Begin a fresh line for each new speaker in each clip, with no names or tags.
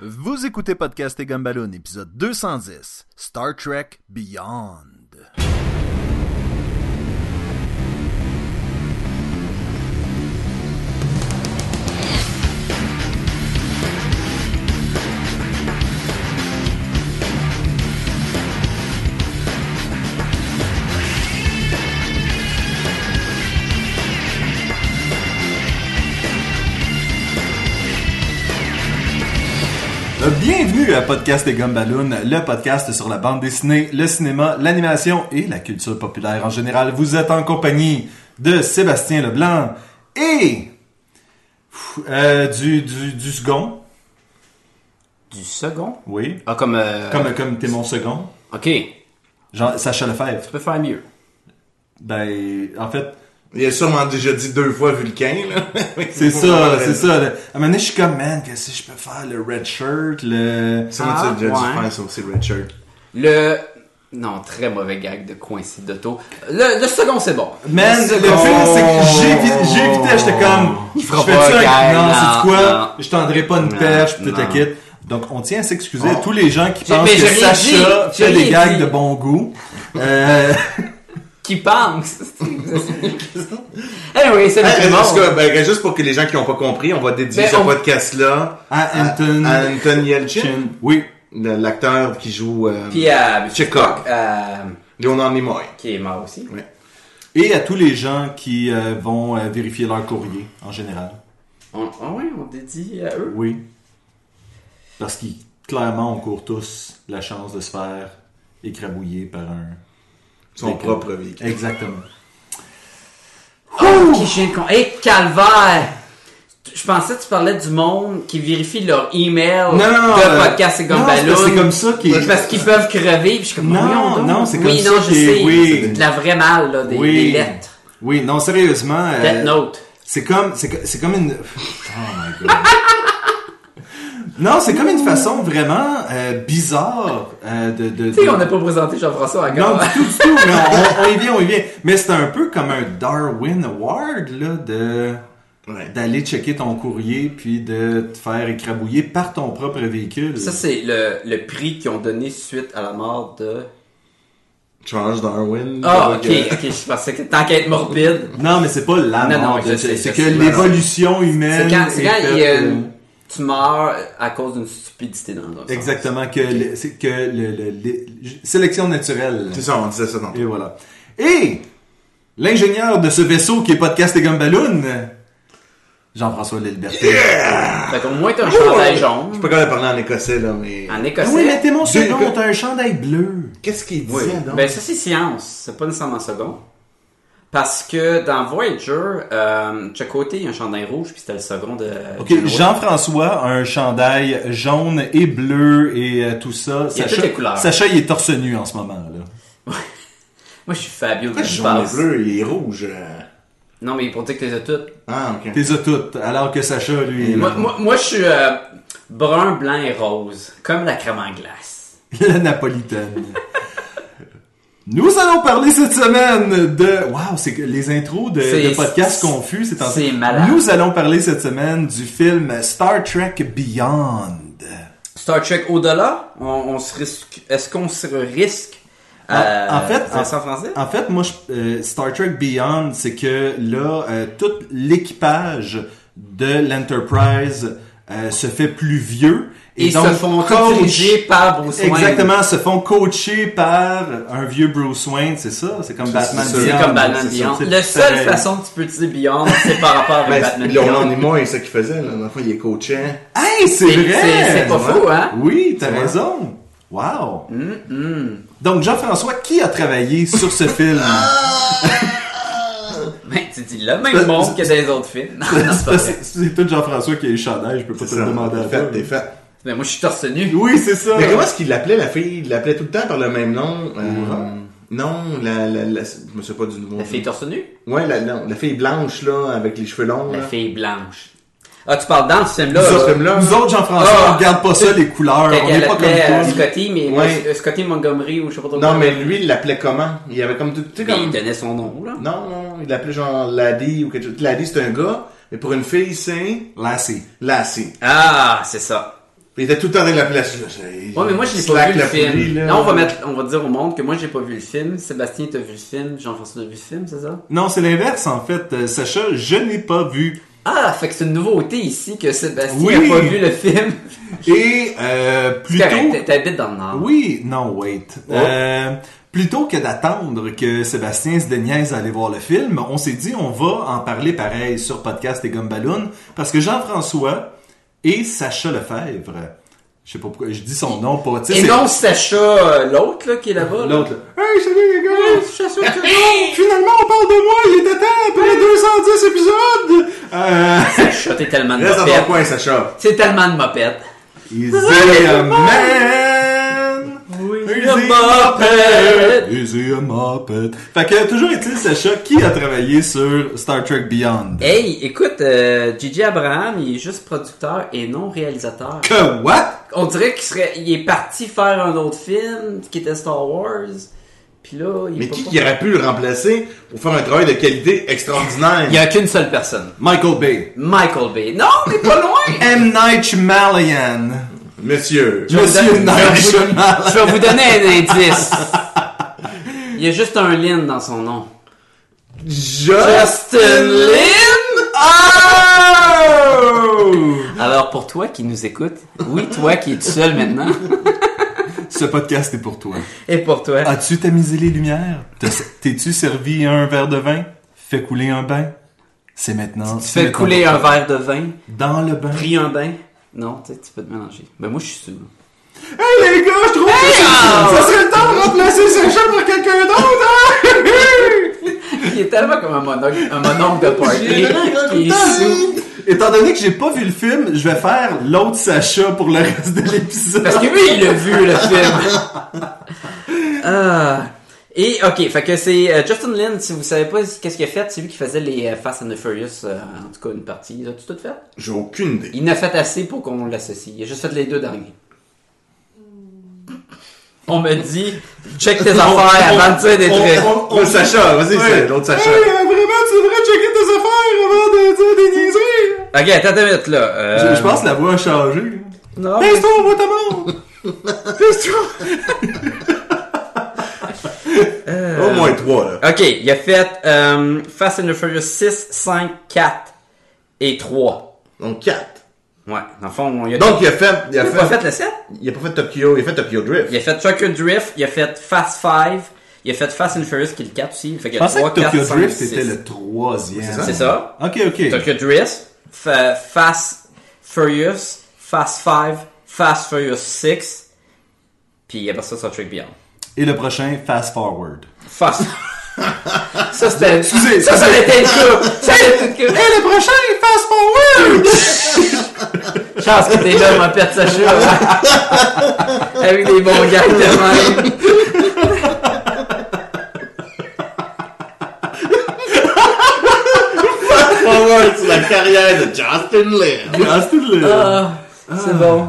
Vous écoutez Podcast et Gumballoon, épisode 210, Star Trek Beyond.
Bienvenue à Podcast et Gumballoon, le podcast sur la bande dessinée, le cinéma, l'animation et la culture populaire en général. Vous êtes en compagnie de Sébastien Leblanc et pff, euh, du, du, du second.
Du second?
Oui.
Ah, comme... euh,
Comme, comme t'es mon second.
OK, tu
Jean, Sacha Lefebvre.
peux faire mieux.
Ben, en fait,
Il a sûrement déjà dit deux fois vulcain, là.
c'est ça, c'est ça. À un moment donné, je suis comme, man, qu'est-ce que je peux faire? Le red shirt, le...
Ça, moi, tu as
Ah,
déjà dû
ouais.
faire ça aussi, Richard.
Le... Non, très mauvais gag de Coincy d'auto. Le, le second, c'est bon.
Man, le
second-
film, c'est que j'ai évité,
Oh.
j'ai évité, j'étais comme,
Il
je
fera
fais
pas
ça
un gag,
non,
non,
c'est
non.
quoi, je tendrai pas une
Non,
perche, pis tout
non.
le kit. Donc, on tient à s'excuser à
Oh.
tous les gens qui
J'ai-
pensent
mais
que
j'ai rien
Sacha
dit, j'ai
fait des
rien
gags
dit.
de bon goût. Euh,
Qui pense? anyway, c'est
Hey,
le
en tout
bon.
cas, ben, juste pour que les gens qui n'ont pas compris, on va dédier
Ben,
ce
on-
podcast-là
à Anton.
à Anton Yelchin,
Oui.
le- l'acteur qui joue euh,
Puis à...
Chekhov,
euh,
Leonard Nimoy.
qui est mort aussi.
Ouais.
Et à tous les gens qui euh, vont euh, vérifier leur courrier, en général.
On, ah ouais, on dédie à eux.
Oui. Parce qu'ils, clairement, on court tous la chance de se faire écrabouiller par un...
Son
Des-
propre véhicule.
Exactement.
Oh, qui chien con. Hé, calvaire! Je pensais que tu parlais du monde qui vérifie leur email
Non, non, non,
de
euh,
podcast et
non, c'est parce que
Gumballoon.
c'est comme ça qu'il-
Oui, Parce qu'ils peuvent crever, puis je suis comme,
Non,
voyons donc.
non, c'est comme
oui,
ça
non, je
qu'il est-
sais.
oui.
C'est de la vraie mal, là, des, des lettres.
Oui, non, sérieusement. euh,
Death Note.
C'est comme, c'est, co- c'est comme une. Oh my god. non, c'est comme une façon vraiment euh, bizarre euh, de. de,
Tu sais,
de-
on n'a pas présenté Jean-François
Non,
encore.
du tout, du tout. mais on, on y vient, on y vient. Mais c'est un peu comme un Darwin Award, là, de.
Ouais.
Ben, D'aller checker ton courrier puis de te faire écrabouiller par ton propre véhicule.
Ça, c'est le, le prix qu'ils ont donné suite à la mort de...
Charles Darwin.
Ah,
Donc,
ok,
euh,
ok, je pensais que t'enquêtes morbide.
Non, mais c'est pas la
Non, non,
mort de-
je sais,
c'est,
je
c'est que
sais, non,
l'évolution
C'est
humaine.
quand,
est
c'est quand il y a
faite, euh,
une- tu meurs à cause d'une stupidité dans un sens.
Exactement, que, le- c'est que le, le- les- sélection naturelle.
C'est ça, on disait ça dans
Et voilà. Et l'ingénieur de ce vaisseau qui est podcast et Gumballoon, Jean-François Lilberté.
Fait qu'au moins, t'as un chandail jaune.
Je suis pas capable de parler en écossais, là, mais.
En
Ah
écossais.
oui, mais t'es mon
Deux
second,
gars.
t'as un chandail bleu.
Qu'est-ce qu'il
Oui.
disait, donc?
Ben, ça, c'est science. C'est pas nécessairement second. Parce que dans Voyager, euh, de chaque côté, il y a un chandail rouge, puis c'était le second de.
Ok,
de-
Jean-François a un chandail jaune et bleu et euh, tout ça.
Il y a toutes les couleurs.
Sacha, il est torse nu en ce moment, là.
Moi, je suis Fabio de
Pourquoi ce jaune et
Givas.
bleu, il est rouge. euh?
Non, mais pour dire que t'es as toutes.
Ah, ok.
T'es a toutes, alors que Sacha, lui,
Moi, moi, moi, je suis euh, brun, blanc et rose, comme la crème en glace.
la napolitaine. Nous allons parler cette semaine de... Waouh, c'est que les intros de,
C'est-
de podcasts confus, c'est en
c'est malade.
Nous allons parler cette semaine du film Star Trek Beyond.
Star Trek au-delà, on, on se risque. Est-ce qu'on se risque euh,
en fait,
c'est en français?
En fait, moi, je- euh, Star Trek Beyond, c'est que là, euh, tout l'équipage de l'Enterprise euh, se fait plus vieux.
Ils se font
coach-
corriger par Bruce Wayne.
Exactement, se font coacher par un vieux Bruce Wayne, c'est ça? C'est comme Batman
c'est
C'est
Beyond.
comme Batman
c'est ça,
Beyond.
c'est
La seule
pareil.
façon que tu peux utiliser Beyond, c'est par rapport à
Ben,
Batman
Leonard
Beyond.
Nimoy, c'est ça qu'il faisait, là. Dans le fond, il est coachait.
Hey, c'est
C'est-
vrai!
c'est- c'est pas faux, hein?
Oui, t'as
C'est vrai.
raison. Wow! Donc, Jean-François, qui a travaillé sur ce film?
Ah! Mais Ben, tu dis le même monde que dans les autres films. Non, non, c'est pas vrai.
C'est c'est tout Jean-François qui a eu le chandail, je peux pas
C'est
te
ça,
le demander
t'es
à
fait,
toi.
t'es fait.
Mais moi, je suis torse nu.
Oui, c'est ça.
Euh,
Mais comment est-ce qu'il l'appelait la fille Il l'appelait tout le temps par le même nom. euh, Non, la, la, la- je me souviens pas du nom.
La fille torse nu?
Ouais, la, non, la fille blanche là, avec les cheveux longs.
La
là.
fille blanche. Ah, tu parles dans ce film-là.
Nous
là.
autres, là,
Nous autres, Jean-François,
Ah.
on regarde pas ça, les couleurs.
Fait
On
qu'elle
n'est pas comme
appelait, euh,
toi.
Scotty, mais
Ouais.
euh, Scotty Montgomery ou je sais pas trop
Non,
quoi.
mais lui, il l'appelait comment Il avait comme tout, tu sais
Mais il
comme.
donnait son nom, là.
Non, non, il l'appelait genre Laddie ou quelque chose. Laddie, c'est un gars, mais pour une fille, c'est
Lassie.
Lassie.
Ah, c'est ça.
Puis il était tout le temps dans la place. Ouais,
Ouais, mais moi, je l'ai pas vu le film. Là. on va mettre, on va dire au monde que moi, j'ai pas vu le film. Sébastien, t'as vu le film. Jean-François, t'as vu le film, c'est ça?
Non, c'est l'inverse, en fait. Euh, Sacha, je n'ai pas vu.
Ah, fait que c'est une nouveauté ici que Sébastien
Oui.
a pas vu le film.
Et euh,
C'est correct,
plutôt...
t'hab- t'habites dans le Nord.
Oui, non, wait.
Oh.
Euh, plutôt que d'attendre que Sébastien se déniaise à aller voir le film, on s'est dit on va en parler pareil sur Podcast et Gumballoon parce que Jean-François et Sacha Lefebvre, je sais pas pourquoi je dis son nom pour... tu sais,
Et
c'est-
non, Sacha, euh, l'autre, là, qui est là-bas. là.
L'autre, là. Hey, salut les gars!
Sacha, c'est l'autre.
Finalement, on parle de moi, il était temps, après 210 épisodes! Euh,
Sacha, t'es tellement de
Reste dans ton
mopette.
coin, Sacha.
C'est tellement de mopette.
Is he a man?
Oui,
Is he a muppet? Is he a muppet? Fait que, toujours est-il, Sacha, qui a travaillé sur Star Trek Beyond?
Hey, écoute, euh, Gigi Abraham, il est juste producteur et non réalisateur.
Que what?
On dirait qu'il serait, il est parti faire un autre film qui était Star Wars. Puis là, il est
Mais
pas
qui,
pas-
qui aurait pu le remplacer pour faire un travail de qualité extraordinaire?
Il y a qu'une seule personne.
Michael Bay.
Michael Bay. Non, mais pas loin.
M. Night Shyamalan.
Monsieur.
vais vous
Monsieur
donner-
Night
je vais vous-
Shyamalan.
Je vais vous donner un indice. Il y a juste un Lynn dans son nom. Justin Lynn?
Oh!
Alors pour toi qui nous écoute, oui, toi qui es tout seul maintenant,
Ce podcast est pour toi.
et pour toi,
As-tu tamisé les lumières? T'as- T'es-tu servi un verre de vin? Fais couler un bain? C'est maintenant.
tu
c'est
fais
maintenant.
couler un verre de vin,
Dans le bain.
pris un bain. Non, tu sais, tu peux te mélanger. Ben moi, je suis sûr. ah!
Hey les gars, je trouve que ça, ça serait le temps de remplacer Sacha par quelqu'un d'autre! hein?
Il est tellement comme un monocle, un monocle de party. qui est sous.
Étant donné que j'ai pas vu le film, je vais faire l'autre Sacha pour le reste de l'épisode.
Parce que lui, il l'a vu, le film. Ah. Et, ok, fait que c'est euh, Justin Lin, si vous savez pas qu'est-ce qu'il a fait, c'est lui qui faisait les euh, Fast and the Furious, euh, en tout cas une partie. Il a tout fait.
J'ai aucune idée.
Il n'a fait assez pour qu'on l'associe. Il a juste fait les deux derniers. On me dit, check tes affaires avant de dire des trucs.
On- on-
L'autre Sacha, vas-y, c'est l'autre Sacha.
Hey, euh, vraiment, tu devrais checker tes affaires avant de dire des niaiseries!
Ok, attends une minute, là. euh,
Je, je pense que la voix a changé. là.
non, mais-
Laisse-toi, on voit ta mort! Laisse-toi!
Au moins trois, là.
Euh, Ok, il a fait euh, Fast and the Furious 6, 5, 4 et 3.
Donc quatre.
Ouais, dans le fond, il a
Donc il a fait, il a
il a pas fait
fait,
le 7.
il a pas fait Tokyo, il a fait Tokyo Drift.
Il a fait Trucker Drift, il a fait Fast 5, il a fait Fast and Furious qui est le 4 aussi. Fait qu'il
Je
y a
pensais
3,
que
4,
Tokyo
5,
Drift
6.
était le troisième.
C'est ça.
Ok, ok.
Tokyo Drift, Fa- Fast Furious, Fast 5, Fast Furious 6, puis après ça, Star Trek Beyond.
Et le prochain, Fast Forward.
Fast... ça, c'était...
Excusez,
ça, ça était le cas! Ça, c'était le
Et
cas!
le prochain, Fast Forward!
Chance que t'es là, ma perte sa cheveux. Avec des bons gars de même.
Forward sur la carrière de Justin Lin.
Ah, c'est bon.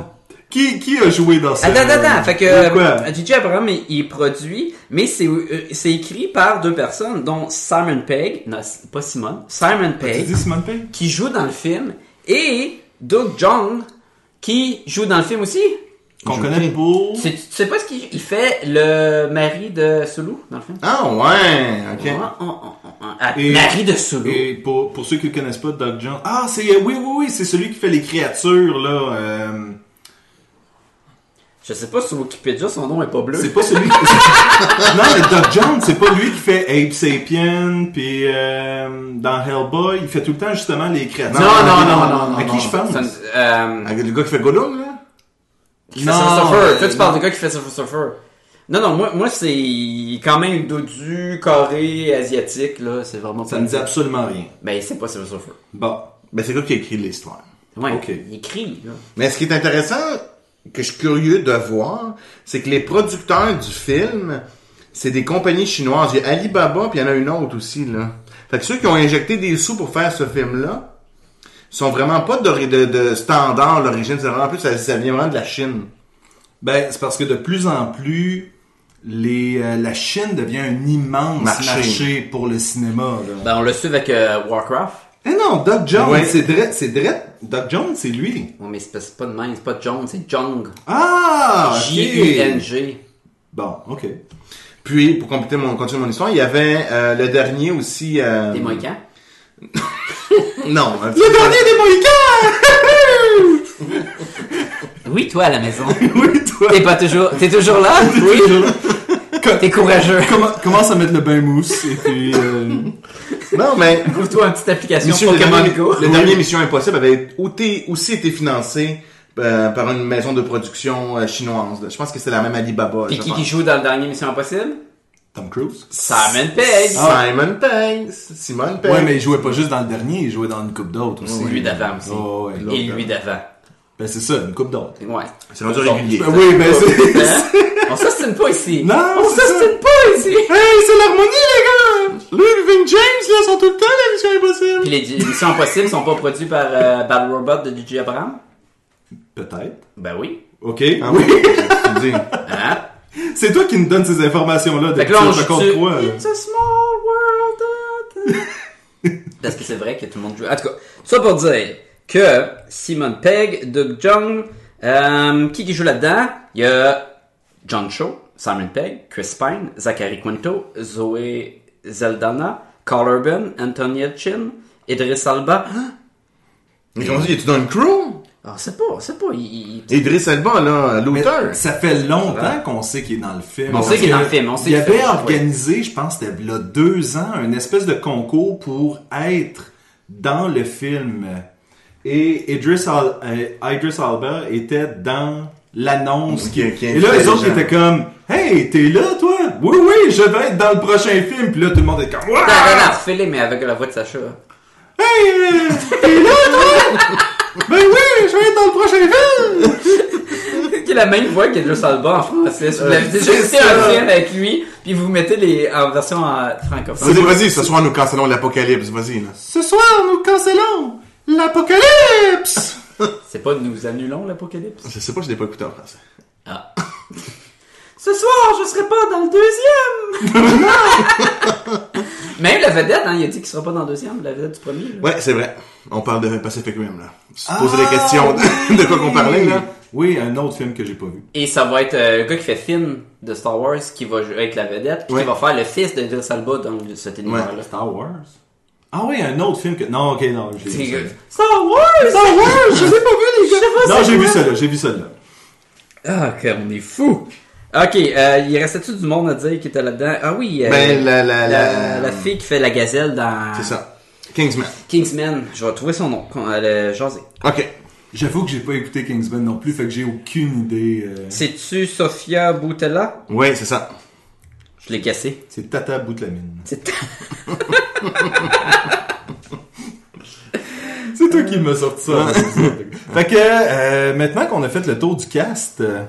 qui, qui a joué dans ça?
Attends, attends, attends. Fait que
Ou quoi?
euh, DJ Abraham, il, il produit, mais c'est euh, c'est écrit par deux personnes, dont Simon Pegg, non, c'est pas Simon, Simon
Tu
Pegg,
dis Simone Pegg?
qui joue dans le film, et Doug John, qui joue dans le film aussi.
Qu'on connaît pour...
C'est- Tu sais pas ce qu'il il fait, le mari de Sulu, dans le film?
Ah ouais, ok.
Ah, ah, ah, ah, ah. Ah,
Et-
mari de Sulu.
Et pour, pour ceux qui le connaissent pas, Doc John... Ah, c'est... euh, oui, oui, oui, c'est celui qui fait les créatures, là. euh,
Je sais pas sur Wikipédia, son nom est pas bleu.
C'est pas celui... qui- non, mais Doc John, c'est pas lui qui fait Ape Sapien, puis euh, dans Hellboy, il fait tout le temps, justement, les créatures.
Non, non, non, non, non,
À qui
non.
je pense?
C'est un- euh,
Ah, Le gars qui fait Gollum, là?
qui fait
Non,
Silver Surfer. Toi,
euh,
tu parles du gars qui fait Surfer Surfer. Non, non, moi, moi c'est quand même dodu, carré, asiatique, là. C'est vraiment
Ça
pas-
ne dit absolument rien.
Ben, c'est pas Silver Surfer.
Bon.
Ben, c'est le gars qui a écrit l'histoire.
Ouais,
Ok.
il écrit, là.
Mais ce qui est intéressant, que je suis curieux de voir, c'est que les producteurs du film, c'est des compagnies chinoises. Il y a Alibaba, puis il y en a une autre aussi, là. Fait que ceux qui ont injecté des sous pour faire ce film-là, sont vraiment pas de, de, de standard, l'origine. C'est vraiment en plus, ça, ça vient vraiment de la Chine.
Ben, c'est parce que de plus en plus, les, euh, la Chine devient un immense marché,
Marché.
pour le cinéma. Là.
Ben, on le suit avec euh, Warcraft.
Eh non, Doc Jones,
Ouais.
c'est direct, c'est direct Doc Jones, c'est lui.
Ouais, mais c'est pas- c'est pas de même, c'est pas Jones, c'est Jung.
Ah! ok.
J-U-N-G.
Bon, ok.
Puis, pour compléter mon, continuer mon histoire, il y avait euh, le dernier aussi... Euh...
Des Mohicans.
Non. un petit
Le
peu-
dernier des Mohicans!
Oui, toi à la maison.
oui, toi.
T'es pas toujours. T'es toujours là? Oui. T'es courageux.
Comment- commence à mettre le bain mousse et puis. euh,
Non, mais...
Trouve-toi une petite application
Monsieur, le
Pokémon
dernier,
Go.
le dernier Mission Impossible avait outé- aussi été financé euh, par une maison de production euh, chinoise. là. Je pense que c'est la même Alibaba.
Puis
je
qui,
pense.
qui joue dans le dernier Mission Impossible?
Tom Cruise?
Simon Pegg.
Ah, Simon Pegg. Simon Pegg.
Ouais, mais il jouait pas juste dans le dernier, il jouait dans une coupe d'autres aussi.
Lui d'avant aussi.
Oh, ouais.
Et lui d'avant.
Ben c'est ça, une coupe d'autres.
Ouais.
C'est rendu régulier.
Ben oui, ben c'est.
Hein? On s'ostine pas ici.
Non,
On
c'est ça.
s'ostine pas ici.
Hey, c'est l'harmonie, les gars! Lui, Vin James, là, sont tout le temps la mission
Puis
impossible!
les les Missions Impossibles sont pas produits par euh, Bad Robot de DJ Abraham?
Peut-être.
Ben oui.
Ok.
Ah
oui.
tu dis.
Hein?
C'est toi qui nous donnes ces informations-là de
Fait que là, on
Tilt
joue
contre
dessus.
toi, là.
It's a small world. da, da. Parce que c'est vrai que tout le monde joue. En tout cas, ça pour dire que Simon Pegg, Doug Jung, euh, qui qui joue là-dedans Il y a John Cho, Simon Pegg, Chris Pine, Zachary Quinto, Zoé Zeldana, Carl Urban, Anthony Chin, Idris Alba.
Mais comment ça, il est-tu dans une crew?
Ah, on sait pas, on sait pas. il- il-
Idris Elba, là,
Mais
l'auteur.
ça fait longtemps qu'on sait qu'il est dans le film.
On sait
Parce
qu'il est dans
que
le film, on sait
Il
qu'il
avait
fait-
organisé, je pense, c'était là deux ans, une espèce de concours pour être dans le film. Et Idris, Al- euh, Idris Alba était dans l'annonce.
Qui- qui
Et là,
invitait
les
les
autres
gens.
étaient comme Hey, t'es là, toi Oui, oui, je vais être dans le prochain film. Puis là, tout le monde est comme Waouh!
Non, non, non, fais-les, mais avec la voix de Sacha.
Hey, euh, t'es là, toi Ben oui, je vais être dans le prochain film
Qui a la même voix qu'Idris Alba en français. Si Vous avez déjà
c'est
écouté
ça.
un film avec lui, puis vous mettez les en version en francophone.
Vas-y, vas-y, ce soir, nous cancelons l'apocalypse. Vas-y, là.
Ce soir, nous cancellons l'apocalypse!
C'est pas nous annulons l'apocalypse.
Je sais pas, je l'ai pas écouté en français.
Ah. Ce soir, je serai pas dans le deuxième. Même la vedette, hein, il a dit qu'il sera pas dans le deuxième, la vedette du premier. là.
Ouais, c'est vrai. On parle de Pacific Rim, là. Se poser des questions de, de quoi qu'on parlait, là.
Oui, un autre film que j'ai pas vu.
Et ça va être euh, le gars qui fait Finn de Star Wars qui va jouer avec la vedette, puis
Ouais.
qui va faire le fils de Idris Alba dans le- cet univers-là.
Star Wars? Ah oui, un autre film que... Non, ok, non, j'ai
C'est-
vu ça.
Star Wars! Star Wars! Je l'ai pas vu, les gars!
Non, j'ai vu ça là, j'ai vu ça là.
Ah, qu'on est fou! Ok, euh, il restait-tu du monde à dire qui était là-dedans? Ah oui, euh,
Ben, la- la- la-
la fille qui fait la gazelle dans
C'est ça. Kingsman.
Kingsman. Je vais trouver son nom, qu'on allait jaser.
OK.
J'avoue que j'ai pas écouté Kingsman non plus, fait que j'ai aucune idée. euh,
C'est-tu Sofia Boutella?
Ouais, c'est ça.
Je l'ai cassé.
C'est Tata Boutlamine.
C'est-
C'est toi qui m'as sorti ça. fait que, euh, maintenant qu'on a fait le tour du cast... euh,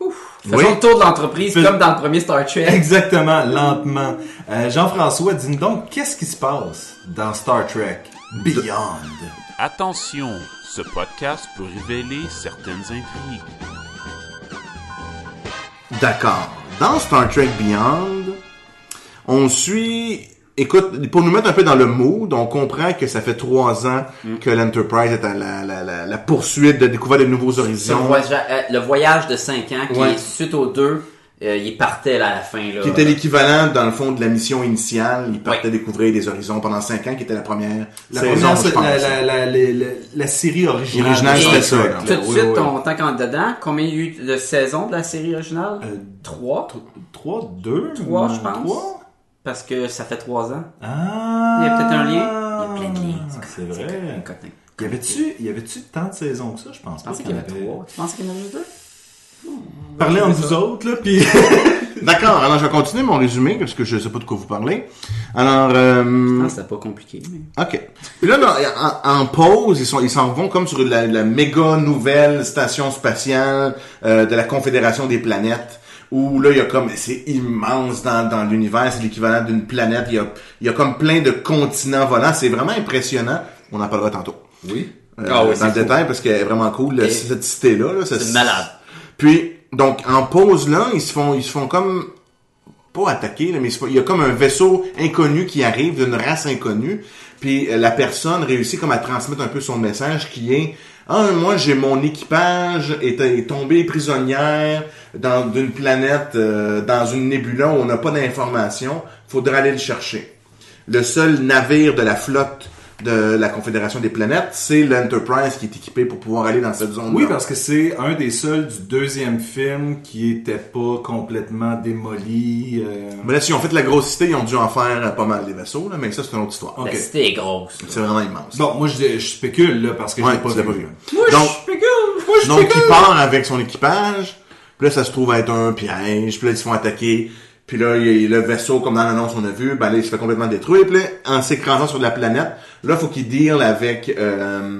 Ouf!
Oui.
Faisons le tour de l'entreprise
Fais-
comme dans le premier Star Trek.
Exactement, lentement. Euh, Jean-François, dis-nous donc, qu'est-ce qui se passe dans Star Trek Beyond?
Attention, ce podcast peut révéler certaines intrigues.
D'accord. Dans Star Trek Beyond, on suit... Écoute, pour nous mettre un peu dans le mood, on comprend que ça fait trois ans que l'Enterprise est à la, la, la, la poursuite de découvrir de nouveaux
Ce
horizons.
voyage- euh, le voyage de 5 ans qui
Ouais.
est suite aux deux, euh, il partait là, à la fin. Là.
Qui était l'équivalent, dans le fond, de la mission initiale. Il partait
Ouais.
découvrir des horizons pendant cinq ans, qui était la première
La,
saison,
première,
je pense.
la, la, la, la- la- la série originale.
Originale,
de
c'était
Star
ça,
Trek,
là.
Tout de
Oui,
suite,
oui, oui.
on, tant qu'on est dedans, combien il y a eu de saisons de la série originale?
Euh,
3.
3, 2?
Trois, je pense. Parce que ça fait trois ans.
Ah!
Il y a peut-être un lien.
Il y a plein de liens. Ah, C'est vrai.
Cotin.
Y avait-tu, y avait-tu tant de saisons que ça? Je pense
Je pensais
pas
qu'il y en avait trois. Tu penses qu'il y en avait juste deux?
Parlez entre vous autres, là, pis...
D'accord, alors je vais continuer mon résumé parce que je sais pas de quoi vous parlez. Alors, euh,
Non, c'était pas compliqué. Mais...
ok. Puis là, dans- en, en pause, ils sont, ils s'en vont comme sur la, la méga nouvelle station spatiale euh, de la Confédération des planètes. Où là, il y a comme, c'est immense dans, dans l'univers, c'est l'équivalent d'une planète. Il y a, il y a comme plein de continents volants. C'est vraiment impressionnant. On en parlera tantôt.
Oui.
Euh,
Ah oui,
dans le
c'est fou.
détail parce qu'elle est vraiment cool là,
Et-
cette cité là,
C'est malade.
Puis donc en pause là, ils se font ils se font comme pas pas attaqué, là, mais c'est pas- il y a comme un vaisseau inconnu qui arrive d'une race inconnue, puis euh, la personne réussit comme à transmettre un peu son message qui est ah moi j'ai mon équipage est, est tombé prisonnière dans d'une planète euh, dans une nébula où on n'a pas d'informations, faudra aller le chercher. Le seul navire de la flotte de la Confédération des planètes, c'est l'Enterprise qui est équipé pour pouvoir aller dans cette zone.
Oui, parce que c'est un des seuls du deuxième film qui était pas complètement démoli. euh,
Mais là, si on fait la grosse cité, ils ont dû en faire euh, pas mal des vaisseaux, là, mais ça, c'est une autre histoire.
Ok.
La cité est Ben, grosse.
C'est vraiment immense.
Bon, moi je, je spécule là parce que je
Ouais,
l'ai pas
tu l'as pas
vu.
vu.
Donc,
Donc-
je
Donc, il part avec son équipage, puis là, ça se trouve être un piège, puis là, ils se font attaquer, puis là, il y a le vaisseau, comme dans l'annonce on a vu, ben là, il se fait complètement détruire, puis là, en s'écrasant sur la planète, là, faut qu'il deal avec, euh,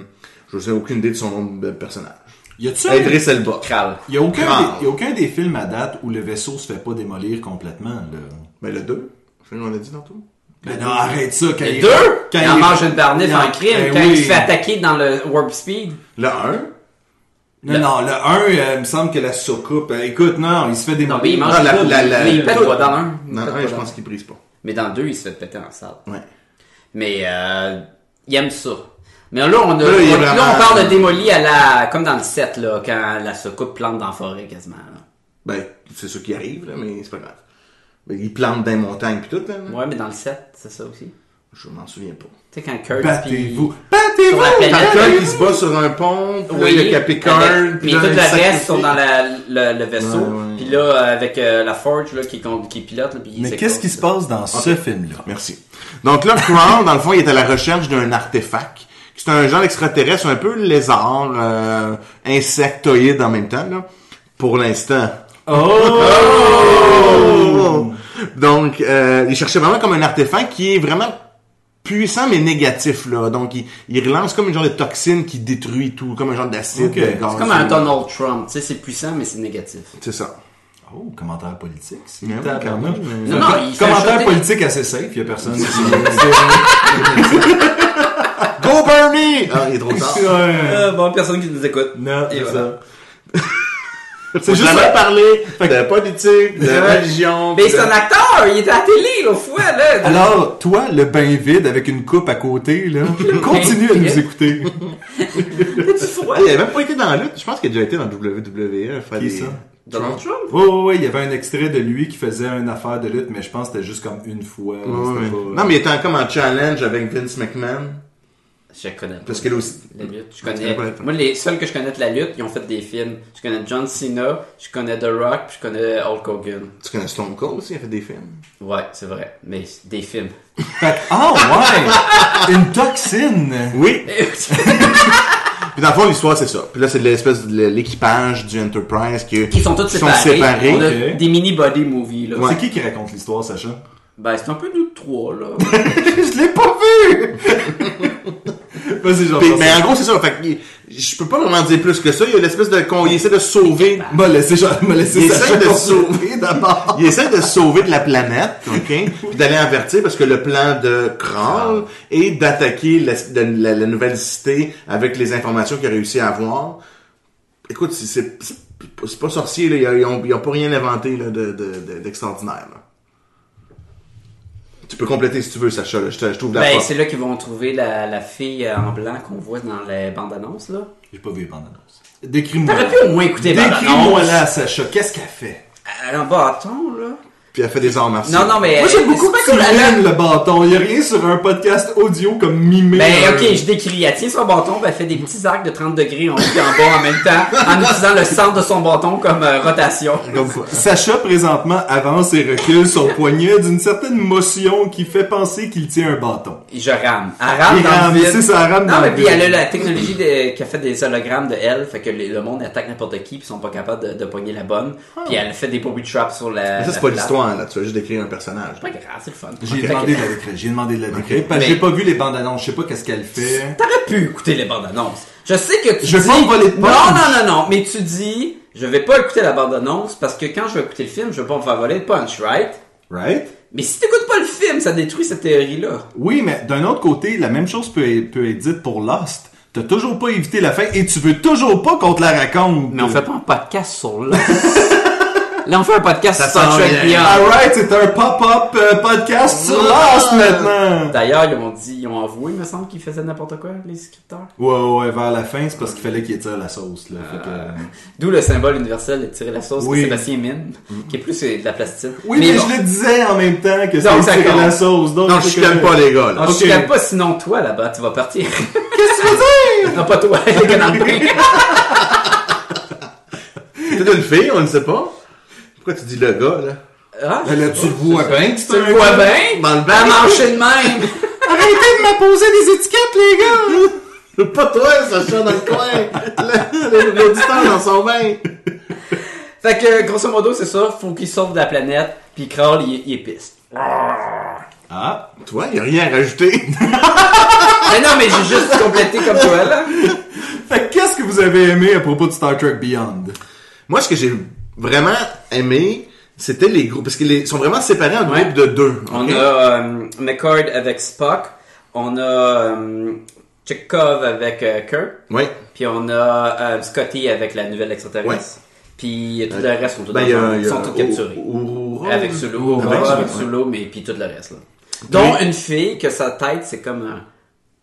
je sais aucune idée de son nom de personnage.
Y a-tu un-
Idris Elba.
Kral.
y a aucun
Grave.
des, y a aucun des films à date où le vaisseau se fait pas démolir complètement là.
Ben, le 2, je sais qu'on l'a dit dans tout.
Ben non, arrête ça quand
Les
il-
deux?
quand
il en
il-
mange une barnif
Non,
en crime
ben
quand
oui.
il se fait attaquer dans le Warp Speed.
Le 1,
Non non, le 1 il me semble que la soucoupe. euh, écoute non, il se fait démolir.
Non, mais il mange
Ah, la-
tout.
la- la-
mais il pète
tout.
pas dans un. Il
dans
pète
le
pas
1, je
dans
pense
un.
qu'il brise pas.
Mais dans deux, il se fait péter en salle.
Ouais.
Mais euh, il aime ça. Mais là, on, a,
Là, il est
on- là,
vraiment-
on parle de démoli à la, comme dans le 7, là, quand la soucoupe plante dans la forêt quasiment. là.
Ben, c'est ce qui arrive, là, mais c'est pas grave. Ben, il plante dans les montagnes pis tout, là.
Mm.
Ouais, mais dans le 7, c'est ça aussi.
Je m'en souviens pas.
Tu sais, quand Kurt.
Battez-vous.
puis- Sur
Battez-vous.
la planète.
Quelqu'un qui se bat sur un pont, pis là, il y a Capicard,
avec-
pis
Mais
là,
tout
il
le
sacrifie.
reste sont dans la- le, le vaisseau.
Ouais, ouais.
Puis là, euh, avec euh, la Forge là, qui, con- qui pilote. là, puis il
Mais
s'éclate,
qu'est-ce qui se
là.
passe dans ce film là
Merci. Donc là, Crown, dans le fond, il est à la recherche d'un artefact. C'est un genre d'extraterrestre, un peu lézard, euh, insectoïde en même temps, là. Pour l'instant. Oh! Donc, euh, il cherchait vraiment comme un artefact qui est vraiment puissant mais négatif, là. Donc, il, il relance comme une genre de toxine qui détruit tout, comme un genre d'acide,
Ok.
de gaz.
C'est comme un Donald Trump. Tu sais, c'est puissant, mais c'est négatif.
C'est ça.
Oh, commentaire politique. c'est
Mais oui,
tabarnak.
quand même.
C'est un
Non,
co-
il fait
commentaire
chanter.
politique assez safe, y a personne. qui-
Go Bernie! Ah, il est trop tard.
Ouais.
Euh,
bon, personne qui nous écoute.
Non,
Et
c'est
voilà.
C'est
juste
juste
ça.
parler de politique, de
Ouais.
religion.
Mais
puis
c'est
de-
un acteur! Il était à la télé, là, au fouet, là!
Alors, toi, le bain vide avec une coupe à côté, là, continue à nous écouter.
du fouet.
Ah, il avait même pas été dans la lutte. Je pense qu'il a déjà été dans E, le WWE. Faire
Qui
des-
ça?
Donald Trump?
Ouais, ouais, ouais, il y avait un extrait de lui qui faisait une affaire de lutte, mais je pense que c'était juste comme une fois.
Ouais, ouais,
c'était
ouais.
pas-
Non, mais il était en- comme en challenge avec Vince McMahon.
Je connais pas.
Parce que là aussi.
La lutte, je
Je
connais.
connais pas.
Moi, les seuls que je connais de la lutte, ils ont fait des films. Je connais John Cena, je connais The Rock, puis je connais Hulk Hogan.
Tu connais Stone Cold aussi, il a fait des films.
Ouais, c'est vrai. Mais des films.
Fait que- ah ouais! une toxine!
Oui.
qui
Puis dans le fond, l'histoire, c'est ça. Puis là, c'est de l'espèce de l'équipage du Enterprise qui.
sont tous
Ils
séparés.
sont séparés.
On a
Ok.
des mini body movies, là.
C'est qui qui raconte l'histoire, Sacha?
Ben, c'est un peu nous trois, là.
je l'ai pas vu! Vas-y, j'en
Puis- mais en gros, c'est ça. Fait que il- je peux pas vraiment dire plus que ça. Il y a l'espèce de. qu'on- Il essaie de sauver.
M'a laissé, Jean- m'a laissé
Il
Sacha
essaie de
continuer
sauver
d'abord.
Il essaie de sauver de la planète, OK? Puis d'aller avertir parce que le plan de Krall est d'attaquer la, de- la- la nouvelle cité avec les informations qu'il a réussi à avoir. Écoute, c'est- c'est c'est pas- c'est pas sorcier, là. Ils ont- Ils, ont, ils ont pas rien inventé là, de- de- de- d'extraordinaire. là. tu peux compléter si tu veux, Sacha. là. Je, te- je t'ouvre la
ben,
porte.
c'est là qu'ils vont trouver la, la fille euh, en blanc qu'on voit dans les bandes annonces, là.
J'ai pas vu les bandes annonces. Décris-moi.
T'aurais pu au moins écouter les bandes
Décris-moi
annonces.
là, Sacha. Qu'est-ce qu'elle fait?
Un bâton, là.
Puis elle fait des arts martiaux.
Non, non, mais.
Moi, j'aime beaucoup
Euh, c'est
que
pas
tu
comme la- la-
aimes le bâton. Il y a rien sur un podcast audio comme mimé.
Ben,
un-
ok, je décris. Elle tient son bâton, ben, elle fait des petits arcs de 30 degrés en haut et en bas en même temps, en utilisant le centre de son bâton comme euh, rotation.
Comme quoi.
Sacha, présentement, avance et recule son poignet d'une certaine motion qui fait penser qu'il tient un bâton.
Et je rame. Elle rame
Il
Ah, dans
rame,
le vide.
c'est ça, elle rame
non,
dans
mais
le
puis
vide.
elle a la technologie de- qui a fait des hologrammes de elle, fait que les- le monde attaque n'importe qui, puis ils sont pas capables de, de pogner la bonne. Puis elle fait des booby traps sur la.
Mais ça, c'est
la
pas
place.
l'histoire, là. Tu vas juste décrire un personnage.
C'est pas grave, c'est le fun.
J'ai
Fait
demandé de
que-
la décrire. J'ai demandé de la décrire. Parce que
Mais-
j'ai pas vu les bandes annonces. Je sais pas qu'est-ce qu'elle fait.
T'aurais pu écouter les bandes annonces. Je sais que tu
Je
dis.
vais pas voler de
non,
punch.
non, non, non. Mais tu dis, je vais pas écouter la bande annonce parce que quand je vais écouter le film, je vais pas me faire voler de punch, right?
Right?
Mais si t'écoutes pas le film, ça détruit cette théorie-là.
Oui, mais d'un autre côté, la même chose peut, peut être dite pour Lost. T'as toujours pas évité la fin et tu veux toujours pas qu'on te la raconte.
Mais on fait pas un podcast sur là. Là, on fait un podcast
Ça
sur Star
sent
Trek
bien.
Beyond.
Alright, c'est un pop-up euh, podcast sur Lost maintenant!
D'ailleurs, ils ont dit, ils ont avoué, il me semble, qu'ils faisaient n'importe quoi, les scripteurs.
Ouais, ouais, ouais, vers la fin, c'est parce qu'il fallait qu'il étire la sauce, là. Fait que, euh,
D'où le symbole universel de tirer la sauce
Oui.
que Sébastien mine, qui est plus euh, de la plastique.
Oui, mais, je le disais en même temps que
Donc, ça
c'était tirer
compte.
la sauce. Donc,
Non, je
c'est
suis
que-
même pas, les gars, là.
Ah,
Je
ok.
sais même pas, sinon toi là-bas, tu vas partir. Qu'est-ce que tu veux dire? Non, pas toi, les
Ben,
canapés.
C'est peut-être une fille, on ne sait pas. Pourquoi tu dis le gars, là?
Ah,
Ben Là, tu le vois bien,
tu le vois bien?
Dans le bain.
va marcher de même!
Arrêtez de m'apposer des étiquettes, les gars!
Pas toi, Sacha, dans le coin! L'auditeur dans son bain!
Fait que, grosso modo, c'est ça, faut qu'il sauve de la planète, puis Crawl, il, il est piste.
Ah!
Toi, il a rien à rajouter.
mais non, mais j'ai juste complété comme toi, là.
Fait que qu'est-ce que vous avez aimé à propos de Star Trek Beyond?
Moi, ce que j'ai vraiment aimé, c'était les groupes. Parce qu'ils sont vraiment séparés en
Ouais.
groupes de deux.
On
ok?
a euh, McCord avec Spock, on a euh, Chekhov avec euh, Kirk,
Ouais.
puis on a euh, Scotty avec la nouvelle extraterrestre. Puis tout le reste, sont tous
Ben,
dans
il y
un-
a- il y a-
sont tous
au-
capturés.
au- au-
Avec Sulu,
Avec Sulu,
avec
ouais.
Sulu, mais puis tout le reste, là. Dont une fille que sa tête, c'est comme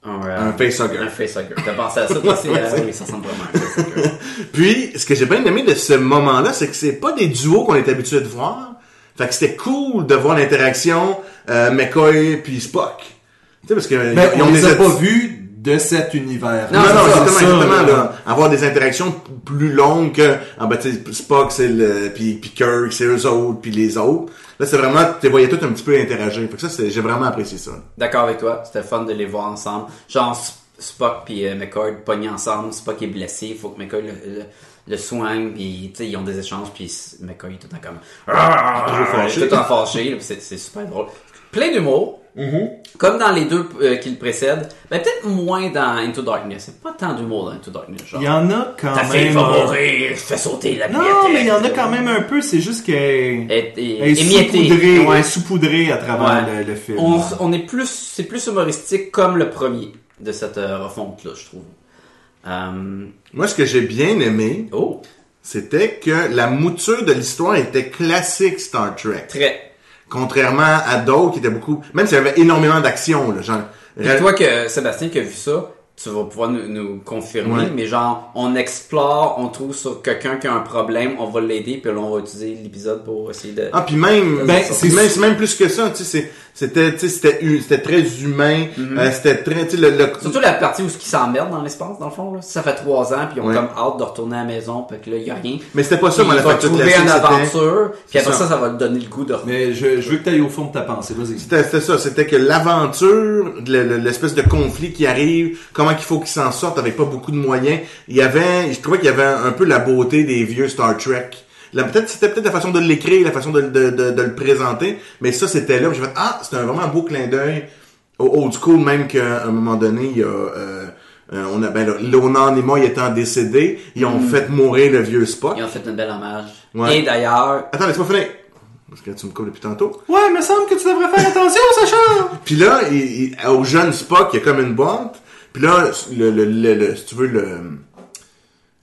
un... euh,
Un facehugger.
Un facehugger. T'as pensé à ça, toi, c'est... ah oui, ça ressemble vraiment à un facehugger.
Puis, ce que j'ai bien aimé de ce moment-là, c'est que c'est pas des duos qu'on est habitué de voir. Fait que c'était cool de voir l'interaction euh, McCoy puis Spock. Tu sais, parce que
Ben,
ils
on
ont
les
des
a
atti-
pas vus de cet univers.
Non,
Non,
non,
c'est ça,
exactement,
c'est ça,
exactement,
là.
là. Avoir des interactions p- plus longues que, ah ben, tu sais, Spock, c'est le, puis puis Kirk, c'est eux autres, puis les autres. Là, c'est vraiment, tu les voyais tout un petit peu interagir. Fait que ça, c'est- j'ai vraiment apprécié ça.
D'accord avec toi, c'était fun de les voir ensemble. Genre Sp- Spock puis euh, McCord pognent ensemble, Spock est blessé, il faut que McCord le, le, le soigne, puis tu sais, ils ont des échanges, puis s- McCord est tout le temps comme...
toujours fâché.
Il est Tout le temps fâché, là, puis c'est c'est super drôle. Plein d'humour, Mm-hmm. comme dans les deux euh, qui le précèdent, mais peut-être moins dans Into Darkness. C'est pas tant d'humour dans Into Darkness, genre...
Il y en a quand
Ta fille
même.
va
un-
mourir, je fais sauter la
Non, mais il y en a quand même un peu, c'est juste qu'elle
Et, et,
elle est
émiettée.
saupoudrée,
Ouais.
elle est saupoudrée à travers
Ouais.
le, le film.
On, on est plus, c'est plus humoristique comme le premier de cette euh, refonte-là, je trouve. Euh,
Moi, ce que j'ai bien aimé,
oh,
c'était que la mouture de l'histoire était classique Star Trek.
très.
Contrairement à d'autres qui étaient beaucoup, même s'il y avait énormément d'action, là, genre.
Et
ra-
toi, que Sébastien, qui a vu ça, tu vas pouvoir nous, nous confirmer,
Ouais.
mais genre, on explore, on trouve sur quelqu'un qui a un problème, on va l'aider, puis là, on va utiliser l'épisode pour essayer de...
Ah, puis même,
Ben,
c'est
c'est-
même, c'est même plus que ça, tu sais, c'est- c'était, tu sais, c'était, hu- c'était très humain,
Mm-hmm.
euh, c'était très, tu sais, le, le-
Surtout la partie où ce qui s'emmerde dans l'espace, dans le fond, là. Ça fait trois ans, puis ils ont
Ouais.
comme hâte de retourner à la maison, puis que là, il y a rien.
mais c'était pas ça,
Puis
moi,
il
la
va
facture
trouver
classique,
une
c'était-
aventure, puis
C'est
après
ça.
ça, ça va lui donner le goût de revenir.
Mais je, je veux que tu ailles au fond de ta pensée, vas-y.
C'était c'était ça, c'était que l'aventure, le- le- l'espèce de conflit qui arrive, comment qu'il faut qu'ils s'en sortent avec pas beaucoup de moyens. Il y avait, je trouvais qu'il y avait un peu la beauté des vieux Star Trek. Là, peut-être c'était peut-être la façon de l'écrire, la façon de, de, de, de le présenter, mais ça c'était là. Puis J'ai fait ah, c'était un vraiment beau clin d'œil au old school même qu'à un moment donné il y a euh, euh, on a ben là, Lonan et moi étant décédés, ils ont
Mm.
fait mourir le vieux Spock.
Ils ont fait une belle hommage.
Ouais.
Et d'ailleurs,
Attends, laisse-moi finir. Parce que tu me coupes depuis tantôt.
Ouais, me semble que tu devrais faire attention, Sacha!
Puis là, il, il- au jeune Spock, il y a comme une boîte. Puis là, le, le, le, le- si tu veux, le,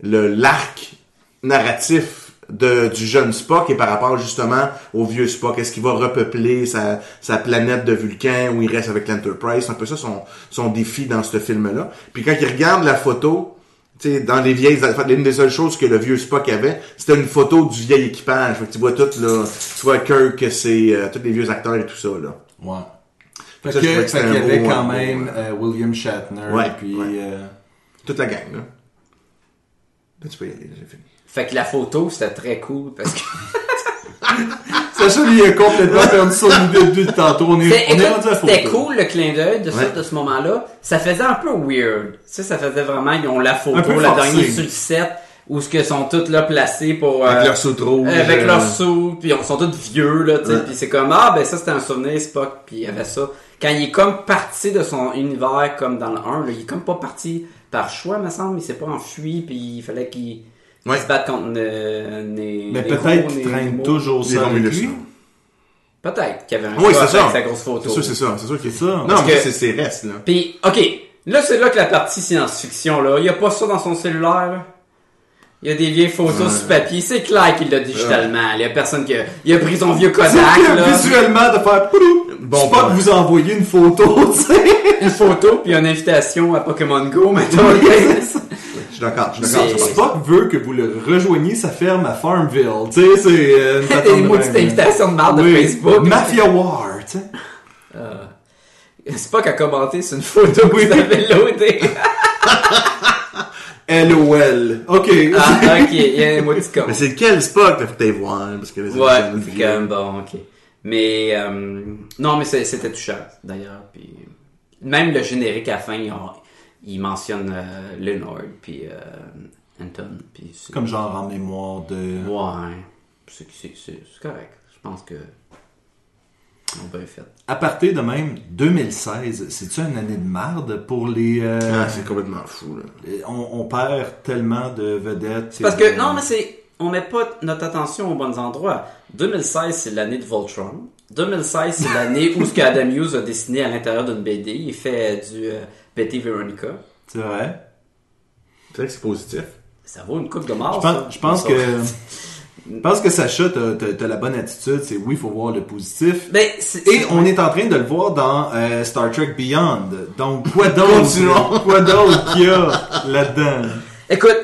le l'arc narratif de, du jeune Spock et par rapport justement au vieux Spock, est-ce qu'il va repeupler sa, sa planète de Vulcain où il reste avec l'Enterprise? C'est un peu ça son, son défi dans ce film-là. Puis quand il regarde la photo, tu sais, dans les vieilles affaires, l'une des seules choses que le vieux Spock avait, c'était une photo du vieil équipage. Fait que tu vois tout, là, tu vois Kirk, c'est euh, tous les vieux acteurs et tout ça, là.
Ouais. Fait
Ça,
que,
je trouvais que
fait
c'était
qu'il y
un
avait
beau,
quand
un beau,
même
euh,
euh, William Shatner,
Ouais,
puis...
ouais.
euh,
Toute la gang, là. Là, tu peux y aller, j'ai fini.
fait que la photo, c'était très cool parce que
Sacha, lui, il a complètement perdu son idée depuis tantôt. On est,
C'était-
on est
écoute,
rendu à la
c'était
photo.
cool le clin d'œil de, ça,
Ouais.
de ce moment-là. Ça faisait un peu weird. Tu sais, ça faisait vraiment, ils ont la
Un
photo,
peu
la
forcé.
dernière sur le set, où ce que sont toutes là placées pour... euh,
Avec leur sous rouge.
avec
euh,
leur sou, puis ils sont tous vieux, là, tu sais,
Ouais.
puis c'est comme, ah, ben ça, c'était un souvenir, Spock, puis il y avait ça. Quand il est comme parti de son univers, comme dans le 1, là, il est comme pas parti par choix, me semble, il s'est pas enfui, puis il fallait qu'il
Ouais.
se batte contre euh, né-
Mais
Nero,
peut-être qu'il
Nemo.
traîne toujours
Les
ça avec
Romulus.
lui.
Peut-être qu'il y avait un
Oui,
choix
c'est ça.
avec sa grosse photo.
C'est sûr, c'est ça. C'est sûr qu'il est
C'est ça.
Non,
Parce
mais
que-
c'est ses restes, là.
Puis, ok, là c'est là que la partie science-fiction, là, il y a pas ça dans son cellulaire, là. Il y a des vieilles photos sur papier. C'est clair qu'il l'a digitalement. Il y a personne qui a... Il a pris son vieux Kodak,
que
là.
visuellement de faire poulou,
Bon
c'est pas
point.
de vous envoyer une photo, tu sais.
Une photo, puis une invitation à Pokémon Go, mettons.
Je suis d'accord, je suis d'accord.
C'est-
c'est vrai.
Spock veut que vous le rejoigniez sa ferme à Farmville, tu sais, c'est euh, une façon
Des
de-
maudites invitations de marde de
Oui.
Facebook.
Mafia War, tu sais.
C'est pas qu'à commenter, c'est une photo que vous avez loadée.
LOL. OK.
Ah, ok, il y a un émoticône.
Mais c'est lequel Spock? Là, faut t'aller voir, parce que là, c'est
Ouais,
le
c'est
vieux.
quand même bon, ok. Mais, euh, non, mais c'est- c'était touchant, d'ailleurs. Puis, même le générique à la fin, ils, ont- ils mentionnent euh, Leonard, puis euh, Anton, puis c'est...
Comme genre en mémoire de...
Ouais, c'est c'est- c'est- c'est correct. Je pense que... On bien fait.
À partir de même, 2016, c'est-tu une année de marde pour les... euh,
Ah, c'est complètement fou, là.
on, on perd tellement de vedettes.
Parce
et
que,
de-
non, mais c'est... On met pas notre attention aux bons endroits. 2016, c'est l'année de Voltron. 2016, c'est l'année où ce que Adam Hughes a dessiné à l'intérieur d'une BD. Il fait du euh, Betty Veronica.
C'est vrai.
C'est vrai que c'est positif.
Ça vaut une coupe de mort.
Je pense, je pense que... Je pense que Sacha, t'as, t'as- t'as la bonne attitude, c'est oui, faut voir le positif.
Ben, c'est-
Et
c'est-
on est en train de le voir dans euh, Star Trek Beyond. Donc, quoi
Continuons.
d'autre? quoi d'autre qu'il y a là-dedans?
Écoute,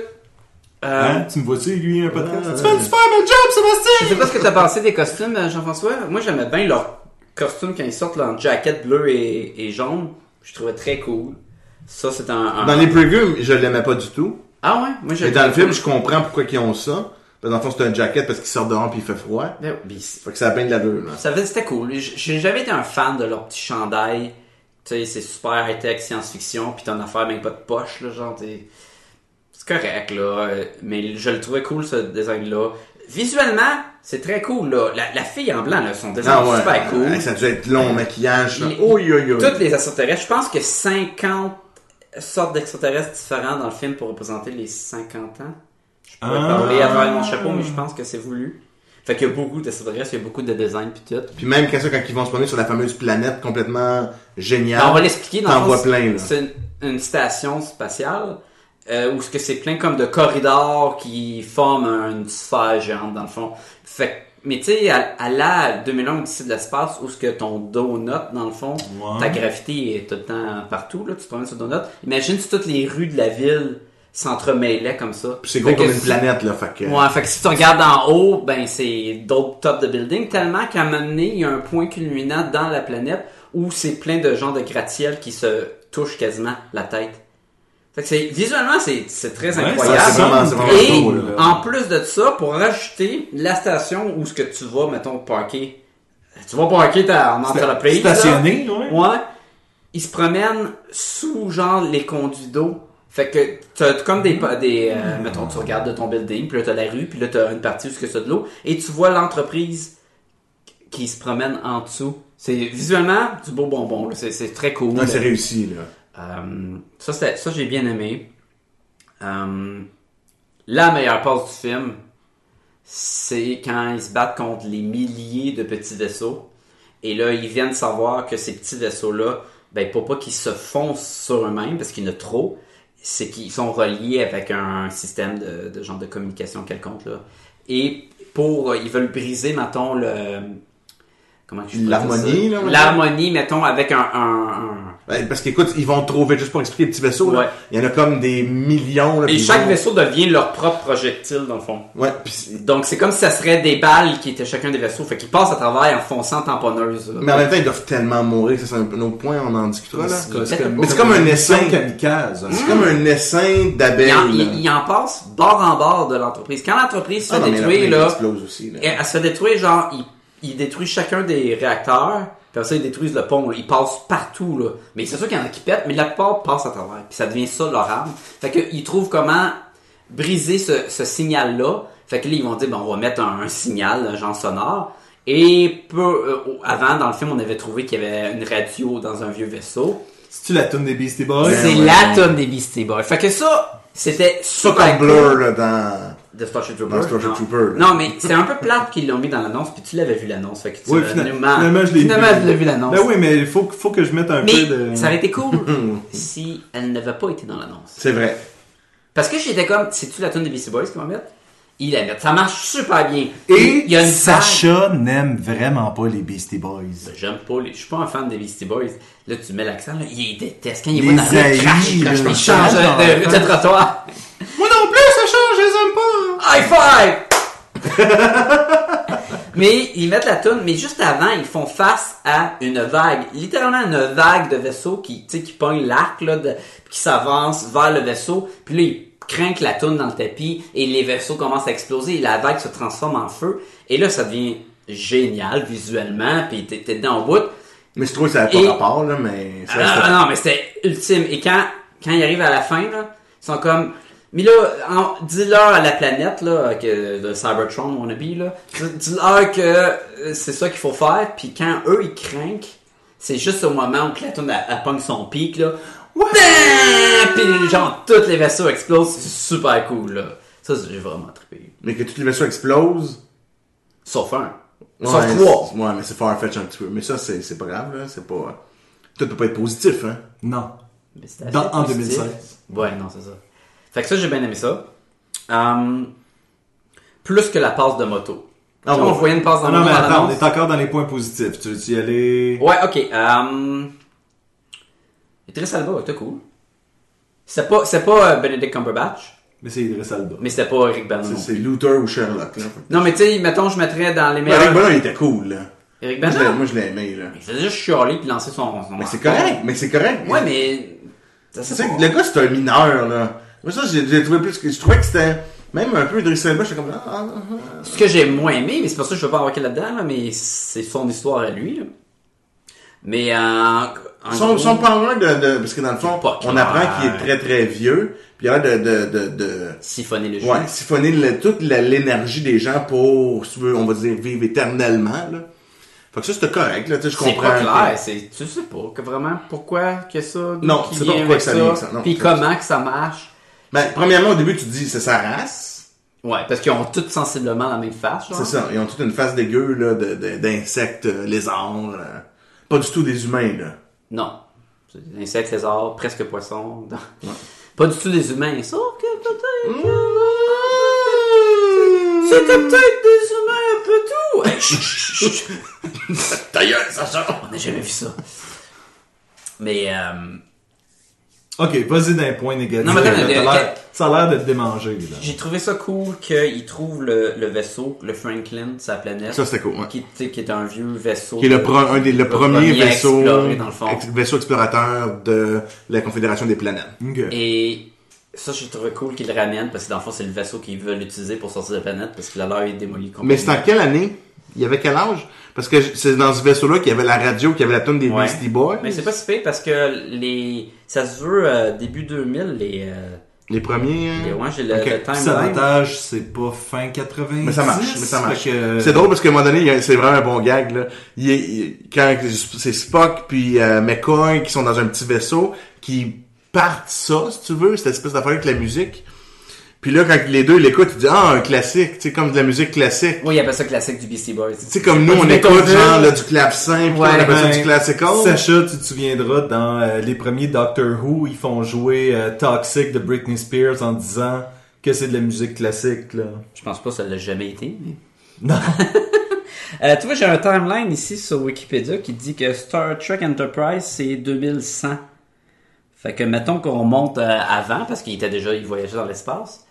euh,
Hein? Tu me vois-tu, lui, un podcast?
Ouais.
tu fais un super bel job,
je
Sébastien!
sais pas ce que t'as pensé des costumes, euh, Jean-François. Moi, j'aimais bien leurs costumes quand ils sortent là, en jacket bleu et, et jaune. Je trouvais très cool. Ça, c'est un, un-
Dans les previews, je l'aimais pas du tout.
Ah ouais? Moi, je...
Mais dans le film, je comprends pourquoi ils ont ça. Parce que Dans le fond, c'est un jacket parce qu'il sort dehors puis il fait froid.
Ben, ben, c'est-
Fait que ça a bien de la vue, là.
ça fait c'était cool. J- J'ai jamais été un fan de leur petit chandail. Tu sais, c'est super high-tech, science-fiction, pis t'en affaire même pas de poche, là, genre, t'es... C'est correct, là, euh, mais je le trouvais cool, ce design-là. Visuellement, c'est très cool, là. La, la fille en blanc, là, son design
Ah
est
ouais.
super cool.
Hey, ça devait être long, maquillage, là.
Il-
Oh, yo, yo.
Toutes les extraterrestres, je pense que 50 sortes d'extraterrestres différents dans le film pour représenter les 50 ans. Je pourrais
Ah.
parler à travers mon chapeau, mais je pense que c'est voulu. Fait qu'il y a beaucoup d'extraterrestres, il y a beaucoup de designs pis tout.
Puis même quand ça, quand ils vont se promener sur la fameuse planète complètement géniale.
Ben, on va l'expliquer dans
T'en
le
vois
fond,
plein, là.
C'est une, une station spatiale euh, où ce que c'est plein comme de corridors qui forment une sphère géante dans le fond. Fait que- mais tu sais, à, à la 2001 d'ici de l'espace, où ce que ton donut, dans le fond,
Ouais.
ta gravité est tout le temps partout, là, tu te promènes sur le donut. Imagine si toutes les rues de la ville s'entremêlaient comme ça.
Puis c'est
Fait
gros
que
comme une
si-
planète, là. Fait que.
Ouais, fait que si tu regardes en haut, ben c'est d'autres tops de building, tellement qu'à un moment donné, il y a un point culminant dans la planète où c'est plein de gens de gratte-ciel qui se touchent quasiment la tête. Fait que c'est, visuellement, c'est, c'est très
Ouais,
incroyable.
ça
vraiment- c'est
semble
vraiment
très
Et
beau, là.
en plus de ça, pour rajouter la station où ce que tu vas, mettons, parker, tu vas parker ta, en entreprise. là.
Stationné, ouais.
Ouais. Ils se promènent sous, genre, les conduits d'eau. Fait que t'as t'as comme des... pa- des euh, mettons, tu regardes de ton building, puis là, t'as la rue, puis là, t'as une partie où c'est que c'est de l'eau, et tu vois l'entreprise qui se promène en dessous. C'est visuellement du beau bonbon, là. C'est- C'est très cool.
Ouais, Ah, c'est réussi, là.
Euh, ça, c'était- ça j'ai bien aimé. Euh, la meilleure passe du film, c'est quand ils se battent contre les milliers de petits vaisseaux. Et là, ils viennent savoir que ces petits vaisseaux-là, ben, pour pas qu'ils se foncent sur eux-mêmes, parce qu'il y en a trop, c'est qu'ils sont reliés avec un système de, de genre de communication quelconque, là. Et pour, euh, ils veulent briser, mettons, le, comment je pourrais dire ça?
L'harmonie, là, mettons.
L'harmonie, mettons, avec un- un- un
Ouais, Parce qu'écoute, ils vont trop vite, juste pour expliquer les petits vaisseaux, là.
Ouais.
Il y en a comme des millions, là.
Et
puis ils
chaque
vont-
vaisseau devient leur propre projectile, dans le fond.
Ouais, puis c'est-
Donc, c'est comme si ça serait des balles qui étaient chacun des vaisseaux. Fait qu'ils passent à travers en fonçant tamponneuse.
Mais en même temps, ils doivent tellement mourir, ça c'est un autre point, on en discutera, là.
C'est-
Mais c'est comme un essaim.
kamikaze.
C'est comme un essaim
il, en,
d'abeilles. là.
il- il en passe bord en bord de l'entreprise. Quand l'entreprise se
Ah,
fait
non, mais
détruire,
la planète
là, Eh,
explose aussi, là.
elle, elle se fait détruire, genre, ils ils détruisent chacun des réacteurs. Puis après ça, ils détruisent le pont. là. Ils passent partout, là. Mais c'est sûr qu'il y en a qui pètent, mais la plupart passent à travers. Puis ça devient ça, leur arme. Fait qu'ils trouvent comment briser ce, ce signal-là. Fait que là, ils vont dire, ben, on va mettre un, un signal, un genre sonore. Et peu euh, au- avant, dans le film, on avait trouvé qu'il y avait une radio dans un vieux vaisseau.
C'est-tu la toune des Beastie Boys?
c'est
Ben ouais,
la
ouais.
tonne des Beastie Boys. Fait que ça, c'était
Pas
super
comme
cool.
Blur, là, dans...
De Starship
Dans
Troopers.
Starship
non.
Trooper, là.
Non, mais c'est un peu plate qu'ils l'ont mis dans l'annonce, puis tu l'avais vu l'annonce. Fait que tu
Oui,
l'as-
fina- finalement, je l'ai
Finalement,
vu.
tu l'as vu l'annonce.
Ben oui, mais il faut, faut que je mette un
mais
peu de...
ça aurait été cool si elle n'avait pas été dans l'annonce.
C'est vrai.
Parce que j'étais comme, c'est-tu la tune des Beastie Boys qu'ils vont mettre? Ils la mettent. Ça marche super bien.
Et
il y a une vague.
Sacha n'aime vraiment pas les Beastie Boys.
J'aime pas les. Je suis pas un fan des Beastie Boys. Là, tu mets l'accent, là, il déteste. Quand il
Les
voit dans la rue,
haïs,
il crache, il
là,
crache, il
ils
change
changent dans
de, de
la rue.
trottoir.
Moi non plus, Sacha, je les aime pas.
High five! mais ils mettent la toune, mais juste avant, ils font face à une vague, littéralement une vague de vaisseaux qui, tu sais, qui pogne l'arc, là, de- puis qui s'avance vers le vaisseau, puis là, ils craquent la toune dans le tapis, et les vaisseaux commencent à exploser, et la vague se transforme en feu, et là, ça devient génial visuellement, puis t'es t'es dedans au bout.
Mais je trouve que ça n'a pas
Et-
rapport, là, mais ça,
Ah,
c'était-
ah, non, mais c'était ultime. Et quand, quand ils arrivent à la fin, là, ils sont comme. Mais là, en- dis-leur à la planète, là, que de Cybertron, mon ami, là. dis- Dis-leur que euh, c'est ça qu'il faut faire. Puis quand eux, ils craquent, c'est juste au moment où que la toune, elle, elle pogne son pic, là. Bang! Puis genre, tous les vaisseaux explosent. C'est super cool, là. Ça, c'est- j'ai vraiment trippé.
Mais que toutes les vaisseaux explosent.
Sauf un.
Ouais,
Sauf trois.
c'est- Ouais, mais c'est farfetch un petit peu. Mais ça, c'est c'est pas grave, là. C'est pas. Tout peut pas être positif, hein.
Non.
Mais c'était assez
Dans- en
positif.
2016.
Ouais, non, c'est ça. Fait que ça, j'ai bien aimé ça. Hum, plus que la passe de moto.
Ah
on
ouais.
voyait une passe de
Non,
moto
mais
dans
attends, on
l'annonce.
est encore dans les points positifs. Tu veux y aller?
Ouais, ok. hum, Idris Alba, était cool. C'est pas, c'est pas euh, Benedict Cumberbatch,
Mais c'est Idriss Alba.
mais c'était pas Eric Bana.
C'est-
non
C'est
plus.
Luther ou Sherlock, là.
Non, mais tu sais, mettons, je mettrais dans les
Mais Eric
meilleurs.
Ballon, il était cool, là.
Eric
Moi, je l'ai-
Bana.
Moi, je l'ai aimé, là.
Il faisait juste chialer puis lancer son. son
Mais c'est correct, mais c'est correct.
Ouais, mais. Ça,
Tu
c'est
sais,
pas-
le gars, c'est un mineur, là. Moi, ça, j'ai j'ai trouvé plus que. Je trouvais que c'était. Même un peu Idriss Elba, j'étais comme. Ah, ah, ah.
Ce que j'ai moins aimé, mais c'est pour ça que je veux pas embarquer là-dedans, là, mais c'est son histoire à lui. là. Mais euh, en, en
Son,
gros,
son power de, de- Parce que dans le fond,
C'est pas
on
clair.
apprend qu'il est très très vieux, puis il a l'air de. de, de, de
siphonner le jeu.
Ouais, siphonner le- toute la- l'énergie des gens pour, si tu veux, on va dire, vivre éternellement, là. Fait que ça, c'était correct, là, tu sais, je
C'est
comprends.
pas clair, c'est, tu sais pas que vraiment pourquoi que ça,
Non,
qui
c'est
vient
pas pourquoi
avec
que ça vient, ça, non.
puis comment que ça marche.
Ben, premièrement, au début, tu te dis, c'est sa race.
Ouais, parce qu'ils ont toutes sensiblement la même face. genre.
C'est ça. Ils ont toute une face dégueu, là, de- de- d'insectes, euh, lézards, là. Pas du tout des humains, là.
Non. C'est des insectes, lézards, presque poissons. Non. Pas du tout des humains, ça que peut-être. que- C'était peut-être des humains un peu tout. Hey, chut, chut, chut.
Ta gueule, Sacha!
On n'a jamais vu ça. Mais euh,
Ok, vas-y d'un point négatif.
Non, mais attends,
Là,
mais-
t'as l'air- Ça a l'air de te démanger, là.
j'ai trouvé ça cool qu'ils trouvent le, le vaisseau, le Franklin de sa planète.
Ça, c'était cool, ouais.
Qui, tu sais, qui est un vieux vaisseau.
Qui est le, pre- un des, le, premier,
premier
vaisseau,
exploré, dans le fond.
ex- vaisseau explorateur de la Confédération des planètes.
Ok.
Et ça, j'ai trouvé cool qu'ils le ramènent parce que dans le fond, c'est le vaisseau qu'ils veulent utiliser pour sortir de la planète parce qu'il a l'air d'être démoli complètement.
Mais c'est en quelle année? Il y avait quel âge? Parce que j- c'est dans ce vaisseau-là qu'il y avait la radio, qu'il y avait la tune des
Ouais.
Beastie Boys.
Mais c'est pas si pire parce que les ça se veut euh, début 2000 les euh,
Les premiers. hein?
les ouais, j'ai le,
Ok.
le timeline.
Sabotage, c'est pas fin 90.
Mais ça marche, mais ça marche.
fait que-
C'est drôle parce qu'à un moment donné, il y a- c'est vraiment un bon gag, là. Il est- il- quand c'est Spock puis euh, McCoy qui sont dans un petit vaisseau, qui partent ça, si tu veux, cette espèce d'affaire avec la musique. Puis là, quand les deux l'écoutent, ils disent, ah, un classique, tu sais, comme de la musique classique.
Oui, il appelle ça classique du Beastie Boys.
Tu sais, comme nous,
Du
on écoute
Beethoven.
genre là, du clavecin, puis
Ah, Ouais,
on appelle ça
Ben,
du classical. Ah,
Sacha, tu te souviendras, dans euh, les premiers Doctor Who, ils font jouer euh, Toxic de Britney Spears en disant que c'est de la musique classique, là.
Je pense pas que ça l'a jamais été. mais-
Non.
Euh, tu vois, j'ai un timeline ici sur Wikipédia qui dit que Star Trek Enterprise, c'est 2100. Fait que mettons qu'on monte euh, avant, parce qu'il était déjà, il voyageait dans l'espace.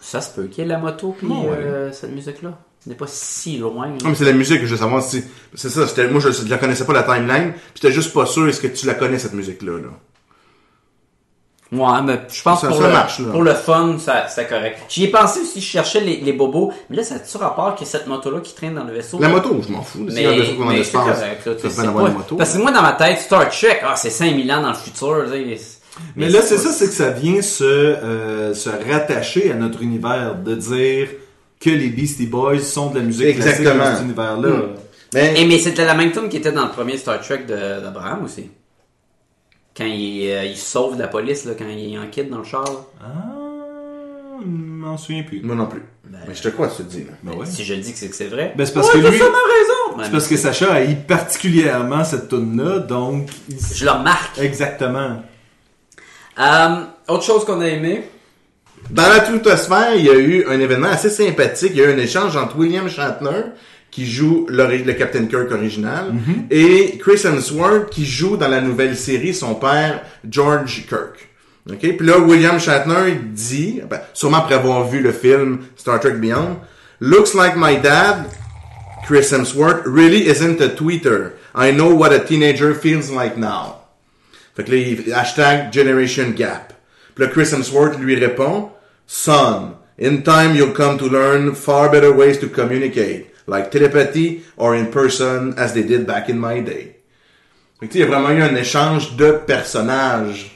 Ça se peut qu'il y ait la moto puis
Ouais.
euh, cette musique-là. On n'est pas si loin. là.
Non, mais c'est la musique que je veux savoir si. C'est ça, c'était- moi je, je la connaissais pas la timeline, puis j'étais juste pas sûr est-ce que tu la connais cette musique-là. Là.
Ouais, mais je pense
Ça-
pour,
ça
le,
marche, là.
pour le fun, ça, c'est correct. J'y ai pensé aussi, je cherchais les, les bobos, mais là, ça a-tu rapport que cette moto-là qui traîne dans le vaisseau?
La moto, je m'en fous.
Mais,
C'est un vaisseau qu'on a
mais c'est
l'espace.
correct, là, tu sais,
Ça fait
c'est
d'avoir
pas-
une moto.
Parce que moi, dans ma tête, Star Trek, ah, c'est 5000 ans dans le futur, tu sais.
Mais là, c'est ça, c'est que ça vient se, euh, se rattacher à notre univers, de dire que les Beastie Boys sont de la musique classique
Exactement.
dans cet univers-là.
Mm. Mais,
Et Eh, mais c'était la même tune qui était dans le premier Star Trek de- d'Abraham aussi. Quand il, euh, il sauve de la police, là, quand il est en kid dans le char. là.
Ah, je m'en souviens plus.
Moi non plus. mais je te crois, tu te dis. Là.
Ben ouais.
Si je dis que c'est que c'est vrai.
Ben, c'est parce que
t'as
lui-
sûrement raison. Ouais,
C'est parce que Sacha a eu particulièrement cette tune-là, donc... il-
Je le remarque.
Exactement.
Euh, autre chose qu'on a aimé,
Dans la twittosphère, il y a eu un événement assez sympathique. Il y a eu un échange entre William Shatner, qui joue l'ori- le Captain Kirk original, et Chris Hemsworth, qui joue dans la nouvelle série son père, George Kirk. OK? Puis là, William Shatner il dit, ben, sûrement après avoir vu le film Star Trek Beyond, « Looks like my dad, Chris Hemsworth, really isn't a tweeter. I know what a teenager feels like now. » Fait que là, il, hashtag Generation Gap. Puis là, Chris Hemsworth lui répond, Son, in time you'll come to learn far better ways to communicate, like telepathy or in person as they did back in my day. Fait que tu sais, il y a vraiment eu un échange de personnages.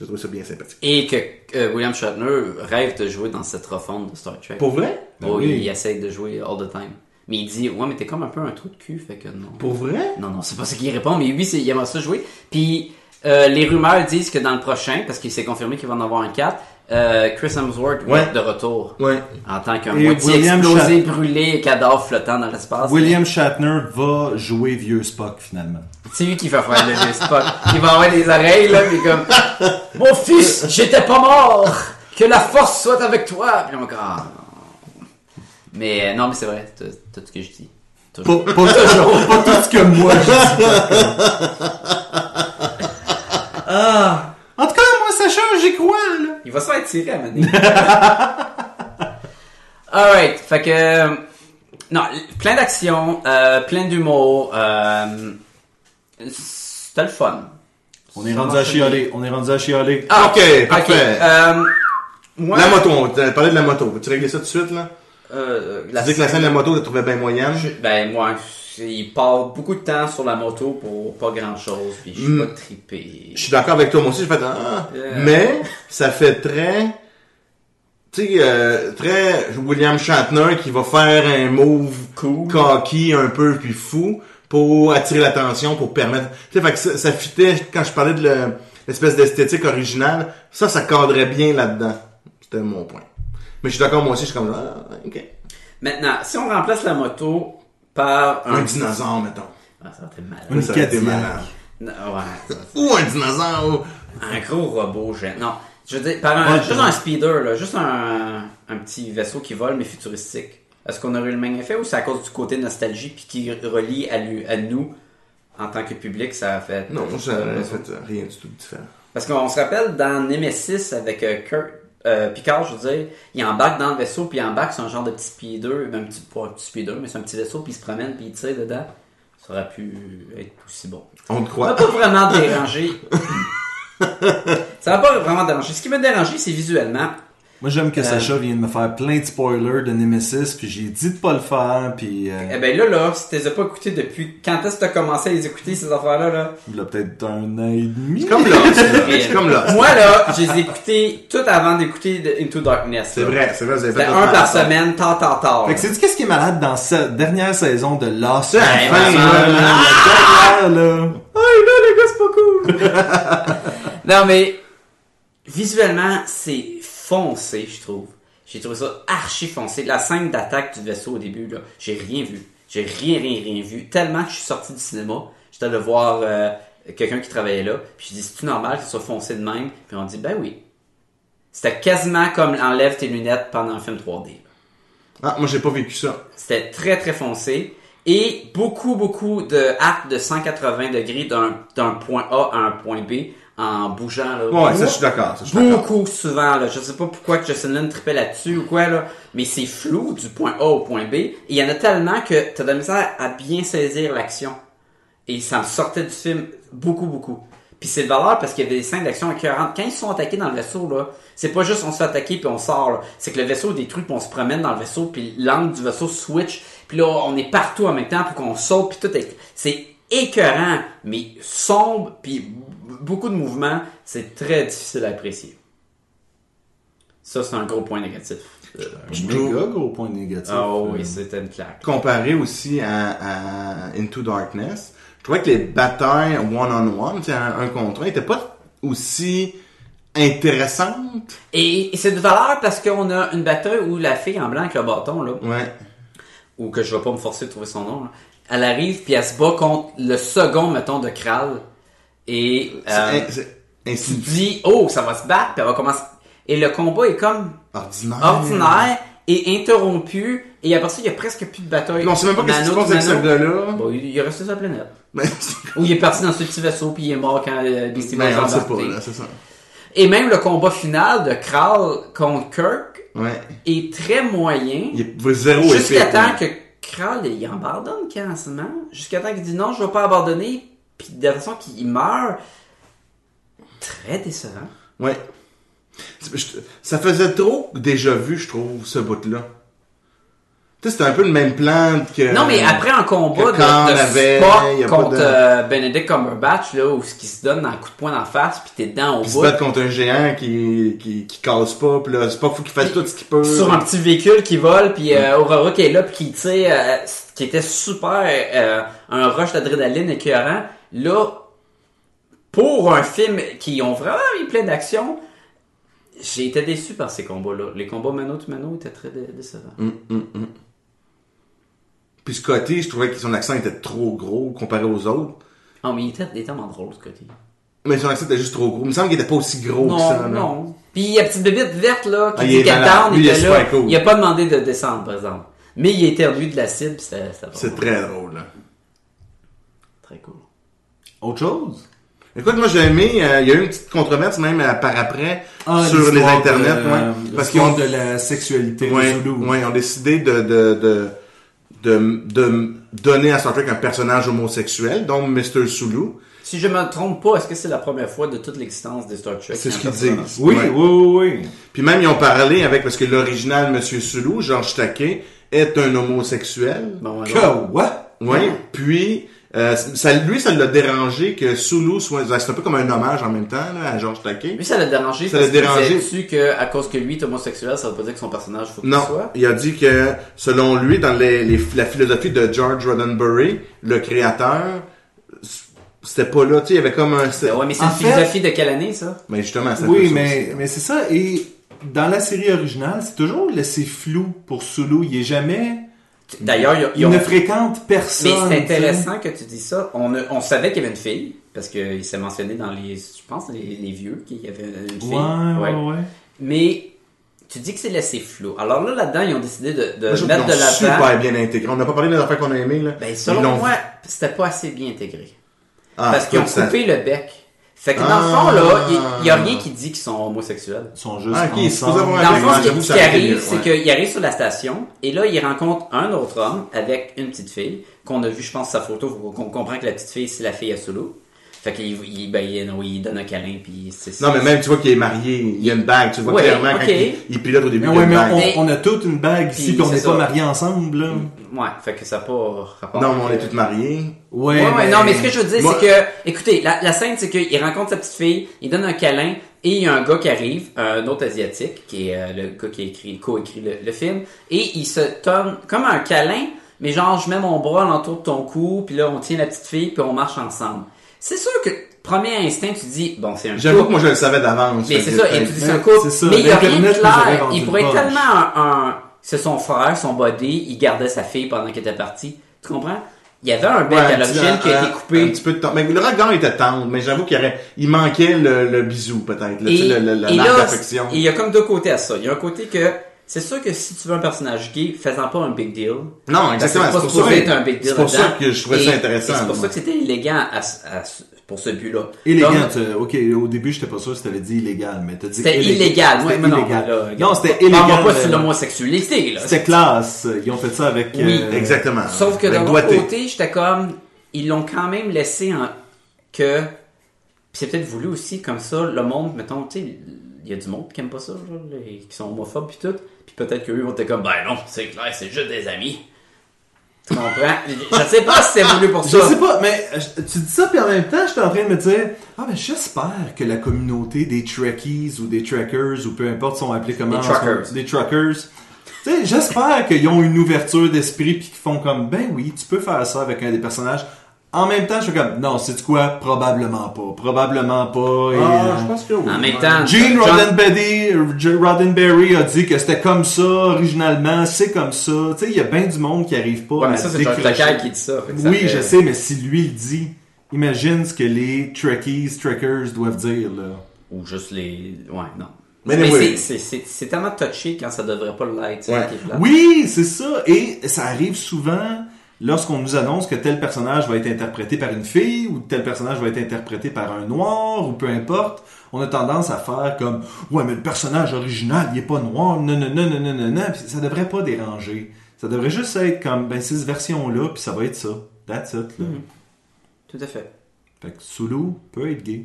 Je trouve ça bien sympathique.
Et que euh, William Shatner rêve de jouer dans cette refonte de Star Trek.
Pour vrai? Ben
Oh, il- Il essaye de jouer all the time. Mais il dit, ouais, mais t'es comme un peu un trou de cul, fait que non.
Pour vrai?
Non, non, c'est pas ça qu'il répond, mais oui, c'est- il aimerait ça jouer. Puis, euh, les rumeurs disent que dans le prochain, parce qu'il s'est confirmé qu'il va en avoir un 4, euh, Chris Hemsworth va
Ouais.
être de retour.
Ouais.
En tant qu'un
Et
moitié
William
explosé, brûlé, cadavre flottant dans l'espace.
William Shatner va jouer vieux Spock finalement.
C'est lui qui va faire le vieux Spock. Il va avoir des oreilles, là, mais comme... Mon fils, j'étais pas mort! Que la force soit avec toi! Puis on va comme, Ah, non. Mais, euh, non, mais c'est vrai, t'as t'as tout ce que je dis. Toujours.
Pas, pas tout ce- pas tout ce que moi je dis.
Ah!
En tout cas, moi, Sacha, j'y crois, là.
Il va se faire tirer à mener. Alright, fait que... euh, Non, plein d'actions, euh, plein d'humour. Euh, C'était le fun.
On est rendu à chialer, on est rendu à chialer.
Ah,
Ok, parfait.
euh, moi,
La moto, on t'a parlé de la moto. Veux-tu régler ça tout de suite, là?
euh,
Tu dis que la scène de la moto, t'as trouvé bien moyenne.
Ben moi, il part beaucoup de temps sur la moto pour pas grand chose, puis je suis
Hmm.
Mm.
pas trippé.
Je suis d'accord avec toi, moi aussi, je fais ah,
Yeah.
mais ça fait très, tu sais, euh, très William Shatner qui va faire un move
Cool.
cocky un peu puis fou pour attirer l'attention, pour permettre. Tu sais, fait que ça, ça fitait quand je parlais de le- l'espèce d'esthétique originale, ça, ça cadrait bien là-dedans. C'était mon point. Mais je suis d'accord, moi aussi, je suis comme ah, ok,
Maintenant, si on remplace la moto par
un
un...
dinosaure mettons,
Ah, ça va être malade.
Une
Ça aurait été
Cadillac.
malade.
Non, ouais.
ou un dinosaure.
Un gros robot géant. Non, je veux dire, par un,
Ouais,
juste
je-
un speeder, là, juste un, un petit vaisseau qui vole, mais futuristique. Est-ce qu'on aurait eu le même effet ou c'est à cause du côté nostalgie puis qui relie à, lui- à nous en tant que public, ça a fait...
Non, ça aurait fait euh, rien du tout de différent.
Parce qu'on se rappelle dans Nemesis avec euh, Kirk, euh, Picard, je veux dire, il embarque dans le vaisseau, puis il embarque sur un genre de petit speeder, ben, un petit, pas un petit speeder, mais c'est un petit vaisseau, puis il se promène, puis il tire dedans. Ça aurait pu être aussi bon.
On te
Ça
croit.
m'a pas vraiment dérangé. ça m'a pas vraiment dérangé. Ce qui m'a dérangé, c'est visuellement.
Moi, j'aime que Sacha vienne me faire plein de spoilers de Nemesis, puis j'ai dit de pas le faire, puis euh,
Eh ben là, là, si t'es pas écouté depuis quand est-ce que t'as commencé à les écouter, ces affaires-là, là?
il a peut-être un an et demi.
Ah.
C'est comme là, c'est comme là.
Moi, là, je les ai écoutés tout avant d'écouter de- Into Darkness.
C'est
là.
vrai, c'est vrai, vous avez fait
C'était
votre
Ben, un par
marathon.
semaine, tant, tant, tant.
Fait que c'est qu'est-ce qui est malade dans cette dernière saison de Lost?
C'est la
Enfin,
fin,
là,
là.
la dernière, là.
Non, mais visuellement, c'est foncé, je trouve. J'ai trouvé ça archi foncé. La scène d'attaque du vaisseau au début, là, j'ai rien vu. J'ai rien, rien, rien vu. Tellement que je suis sorti du cinéma, j'étais allé voir euh, quelqu'un qui travaillait là, puis je dis c'est normal que ce soit foncé de même, puis on dit ben oui. C'était quasiment comme enlève tes lunettes pendant un film 3D.
Ah, moi j'ai pas vécu ça.
C'était très très foncé et beaucoup beaucoup de arcs de 180 degrés d'un d'un point A à un point B en bougeant là.
Ouais, ça je suis d'accord, ça je suis d'accord.
beaucoup souvent là. Je sais pas pourquoi que Justin Lin trippait là-dessus ou quoi là, mais c'est flou du point A au point B. Et il y en a tellement que t'as de la misère à bien saisir l'action. Et ça me sortait du film beaucoup beaucoup. Puis c'est de valeur parce qu'il y avait des scènes d'action écœurantes. Quand ils sont attaqués dans le vaisseau là, c'est pas juste on se fait attaquer puis on sort là. C'est que le vaisseau est détruit puis on se promène dans le vaisseau puis l'angle du vaisseau switch. Puis là on est partout en même temps pour qu'on saute puis tout est c'est écœurant mais sombre puis b- beaucoup de mouvements, c'est très difficile à apprécier. Ça, c'est un gros point négatif.
Un méga gros point négatif.
Ah
Euh,
oui, c'était une claque.
Comparé aussi à, à Into Darkness, je trouvais que les batailles one-on-one, tu sais, un, un contre un, étaient pas aussi intéressantes.
Et, et c'est de valeur parce qu'on a une bataille où la fille en blanc avec le bâton, là,
Ouais.
ou que je vais pas me forcer de trouver son nom, là, elle arrive puis elle se bat contre le second, mettons, de Kral. Et
C'est
euh,
in- c'est
tu te
insignifiant.
dis, oh, ça va se battre, puis elle va commencer. Et le combat est comme
Ordinaire.
ordinaire et interrompu. Et après ça, il y a presque plus de bataille.
Non, on sait même pas qu'est-ce qui se
Nano,
passe avec ce
Nano.
gars-là.
Bon, il il est resté sur la planète.
Mais,
Ou il est parti dans ce petit vaisseau puis il est mort quand euh, Beastie Boys
mais Ben, on
ont
sait
embarqué.
pas, là, c'est ça.
Et même le combat final de Kral contre Kirk
Ouais.
est très moyen.
Il est zéro
Jusqu'à
épique,
temps
là.
que Kral, il abandonne carrément. Jusqu'à temps qu'il dit non, je vais pas abandonner. Puis de la façon qu'il meurt, très décevant.
Ouais. C'est- je- Ça faisait trop déjà vu, je trouve, ce bout-là. Tu sais, c'était un peu le même plan que.
non, mais après un combat de,
que quand
de
on avait- il y a
Spock
pas
contre
de-
euh, Benedict Cumberbatch, là, où ce qui se donne un coup de poing dans la face, puis t'es dedans au
Il se
bout.
battre contre un géant qui, qui, qui casse pas, pis là, c'est pas fou qu'il fasse
Puis,
tout ce qu'il peut.
Sur un petit véhicule qui vole, puis euh, Aurora qui est là, puis qui tire, euh, qui était super, euh, un rush d'adrénaline écœurant. Là, pour un film qui ont vraiment mis plein d'action, j'ai été déçu par ces combats-là. Les combats mano to mano étaient très dé- décevants.
Hum, hum, hum. Puis Scotty, je trouvais que son accent était trop gros comparé aux autres.
Ah, mais il était, il était tellement drôle, ce côté.
Mais son accent était juste trop gros. Il me semble qu'il était pas aussi gros que
Non,
ça. là.
non. Puis il y a la petite bébite verte, là, qui
Oh, Ah, il est
dit qu'elle
malade.
down,
Lui,
il
il
était
est
là.
super cool.
Il a pas demandé de descendre, par exemple. Mais il a éternué de l'acide, puis c'était c'était
C'est
vraiment
très drôle. là.
très cool.
Autre chose?
Écoute, moi j'ai aimé, euh, il y a eu une petite controverse même euh, par après sur les
Ah, l'histoire
internets.
de-
ouais.
Parce
parce qu'ils ont
de la sexualité
Ouais,
des Zoulous.
ouais, ils ont décidé de, de, de, de, de donner à Star Trek un personnage homosexuel, donc Mr. Sulu.
Si je me trompe pas, est-ce que c'est la première fois de toute l'existence de Star Trek?
C'est ce
qu'il
qu'ils disent.
Oui,
Ouais.
oui, oui, oui.
Puis même, ils ont parlé avec, parce que l'original Monsieur Sulu, Georges Taquet, est un homosexuel.
Bon,
Que
alors,
what?
Oui, puis euh, ça, lui, ça l'a dérangé que Sulu soit... C'est un peu comme un hommage en même temps là, à Georges Taquet.
lui, ça l'a dérangé.
Ça
parce
l'a
qu'il
dérangé.
disait dessus que, à cause que lui est homosexuel, ça veut pas dire que son personnage faut qu'il
Non,
soit.
il a dit que selon lui, dans les, les- la philosophie de George Roddenberry, le créateur, c'était pas là, tu sais, il y avait comme un...
Ben ouais, mais c'est
En
une
fait-
philosophie de quelle année, ça?
Mais justement, c'est
Oui,
plus
mais, mais c'est ça. Et dans la série originale, c'est toujours laissé flou pour Sulu. Il est jamais.
D'ailleurs, ils-
Il
ils ont-
ne fréquente
Mais
personne.
c'est intéressant que tu dis ça. On, a- on savait qu'il y avait une fille, parce qu'il s'est mentionné dans les, je pense, les, les vieux, qu'il y avait une
tu
fille.
sais. Ouais, ouais,
Ouais.
ouais.
Mais tu dis que c'est laissé flou. Alors là, là-dedans, ils ont décidé de, de
Moi, je trouve
mettre
qu'ils l'ont
de l'avant.
super bien intégré. On n'a pas parlé des affaires qu'on a aimées, là.
Ben,
Ils
selon
l'ont-
moi, c'était pas assez bien intégré.
Ah,
parce qu'ils ont
écoute, ça-
coupé le bec. Fait que dans le
Ah.
fond, là, il- il y a rien qui dit qu'ils sont homosexuels.
Ils sont juste.
Ah, ok, c'est
ensemble.
pour avoir- Ouais,
Dans le
ben,
fond, ce
j'avoue,
qui-
ça
ce qui
aurait été mieux,
arrive, c'est
ouais.
qu'il arrive sur la station, et là, il rencontre un autre homme avec une petite fille, qu'on a vu, je pense, sa photo, faut qu'on comprend que la petite fille, c'est la fille à solo. Fait qu'il il, ben, il- non, il donne un câlin, puis c'est
Non, mais même, tu vois qu'il est marié, il y a une bague, tu vois
Ouais,
clairement
ok.
quand il, il pilote au début. il
Mais
y a
ouais,
une
mais on,
bague.
Mais-
on a toute une bague ici,
Puis
puis on
c'est
n'est pas
ça.
mariés ensemble, là.
Ouais, fait que ça n'a pas rapport.
Non, mais on est toutes mariées.
Ouais,
Ouais,
ben,
ouais,
mais-
non, mais ce que je veux dire,
ben, Moi-
c'est que, écoutez, la, la scène, c'est qu'il rencontre sa petite fille, il donne un câlin, et il y a un gars qui arrive, un autre asiatique, qui est euh, le gars qui a écrit, co-écrit le, le film, et il se tourne comme un câlin, mais genre, je mets mon bras l'entour de ton cou, puis là, on tient la petite fille, puis on marche ensemble. C'est sûr que, premier instinct, tu dis, bon, c'est un
J'avoue
couple,
que moi, je le savais d'avance.
mais
fait
c'est
que
ça,
j'ai
et
fait-
tu dis
mais
c'est un couple,
c'est ça,
mais il y a rien de
l'Internet nous avait
clair.
vendu
Il pourrait
le
être
punch.
tellement un, un- C'est son frère, son body, il gardait sa fille pendant qu'elle était partie. Tu comprends? Il y avait un bec
Ouais,
à
un petit-
l'origine qui a
un-
été coupé.
Un petit peu de temps. Mais le regard était tendre, mais j'avoue qu'il y aurait, il manquait le, le bisou, peut-être, là, tu sais, le, le, la
et
marque
là,
d'affection.
il y a comme deux côtés à ça. Il y a un côté que c'est sûr que si tu veux un personnage gay, fais-en pas un big deal.
Non, exactement.
Parce que C'est
C'est pour
pas supposé être un
ça,
big deal
c'est pour ça
là-dedans.
que je trouvais
Et-
ça intéressant.
et C'est pour
moi.
ça que c'était élégant à, ce- à ce- pour ce but-là.
Élégant,
Donc,
tu- ok, au début, j'étais pas sûr si t'avais dit illégal, mais t'as dit
C'était
élégant.
illégal.
C'était
Ouais, mais non,
illégal.
là,
Non, c'était
on va
illégal.
pas
mais-
sur l'homosexualité, là.
C'était classe. Ils ont fait ça avec. euh,
Oui,
Euh, Exactement. Ben,
Sauf que
Avec
d'un autre
doigté.
côté, j'étais comme, ils l'ont quand même laissé en que pis c'est peut-être voulu aussi comme ça le monde, mettons, tu sais, il y a du monde qui aime pas ça, genre, les- qui sont homophobes puis tout, puis peut-être qu'eux vont être comme, ben non, c'est clair, c'est juste des amis. Tu comprends? je sais pas si c'est voulu pour
Je
ça.
sais pas, mais je- tu dis ça, puis en même temps, j'étais en train de me dire Ah, ben j'espère que la communauté des Trekkies ou des Trekkers ou peu importe sont appelés comment.
Des
en ce moment,
Truckers.
Des Truckers. Tu sais, j'espère qu'ils ont une ouverture d'esprit puis qu'ils font comme Ben oui, tu peux faire ça avec un des personnages. En même temps, je suis comme Non, c'est quoi Probablement pas. Probablement pas. Et,
Ah,
euh,
je pense que oui.
En même temps,
Gene
John-
Roddenberry, Gene Roddenberry a dit que c'était comme ça originalement, c'est comme ça. Tu sais, il y a bien du monde qui arrive pas
Ouais, mais
à
ça, c'est George
décrocher.
Takei qui dit ça. fait que ça
Oui,
fait-
je sais, mais si lui le dit, imagine ce que les Trekkies, Trekkers doivent dire là.
Ou juste les. Ouais, non.
Mais
Mais
anyway.
c'est- c'est- c'est c'est tellement touché quand ça devrait pas l'être. c'est
Ouais.
ça qui est plate.
Oui, c'est ça. Et ça arrive souvent lorsqu'on nous annonce que tel personnage va être interprété par une fille ou tel personnage va être interprété par un noir ou peu importe. On a tendance à faire comme ouais mais le personnage original il est pas noir non non non non non non non Puis ça devrait pas déranger. Ça devrait juste être comme ben c'est cette version là puis ça va être ça. That's it. Là.
Mm-hmm. Tout à fait.
Fait que Sulu peut être gay.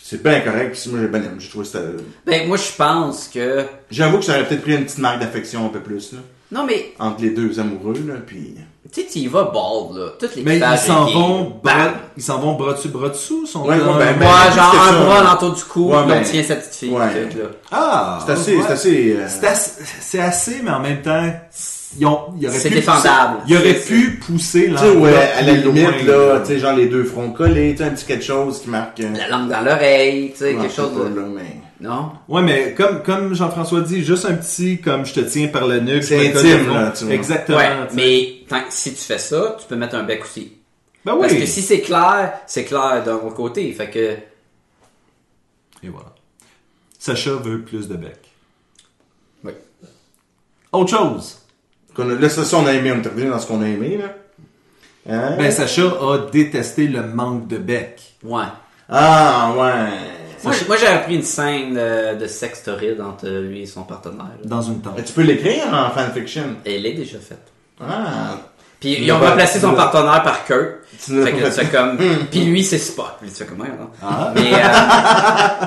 C'est bien correct. puis Moi, j'ai bien aimé. J'ai trouvé que c'était-
Ben, moi, je pense que.
J'avoue que ça aurait peut-être pris une petite marque d'affection un peu plus, là.
Non, mais,
Entre les deux amoureux, là, puis...
tu sais, tu y vas bald, là. Toutes les
Mais ils s'en vont bras,
Bam!
ils s'en vont bras dessus bras dessous. Sont
Ouais, ouais,
comme-
ben, ben,
Ouais,
plus
genre
que ça.
un bras l'entour du cou, puis
Ouais,
on
mais-
tient sa petite fille.
Ouais.
tout, là.
ah
C'est assez...
ouais.
C'est assez... euh,
C'est assez, c'est assez, mais en même temps, ils ont, ils auraient
C'est
pu
défendable.
pousser- Ils auraient
C'est-
pu pousser
Tu sais,
l'enveloppe
ouais, à la
plus
limite,
loin.
là, tu sais, genre les deux fronts collés, tu sais, un petit quelque chose qui marque... euh,
La langue dans l'oreille, tu sais,
ouais,
quelque
je sais
chose
pas,
de.
là, mais...
Non?
Ouais, mais comme, comme Jean-François dit, juste un petit, comme je te tiens par le nuque.
C'est
je te colle
intime,
le front.
là, tu vois.
Exactement.
ouais,
tu sais.
mais tant que- si tu fais ça, tu peux mettre un bec aussi.
Ben
Parce que
oui.
si c'est clair, c'est clair d'un autre côté. Fait que.
Et voilà. Sacha veut plus de bec.
Oui.
Autre chose.
Qu'on a- Là, ça, ça, on a aimé, on est revenu dans ce qu'on a aimé, là. Hein?
Ben, Sacha a détesté le manque de bec.
Ouais.
Ah, ouais.
Moi, j'- moi, j'avais pris une scène euh, de sexe torride entre lui et son partenaire. là.
Dans une tente.
Mais tu peux l'écrire en fanfiction.
Et elle est déjà faite.
Ah.
Puis
Tu
ils ont
l'as-
remplacé
tu
son
l'as-
partenaire par Kurt.
Tu l'as
Fait que
pas
tu fais comme. Puis lui, c'est Spot. Puis tu fais comme merde, hein.
Ah.
Mais. euh,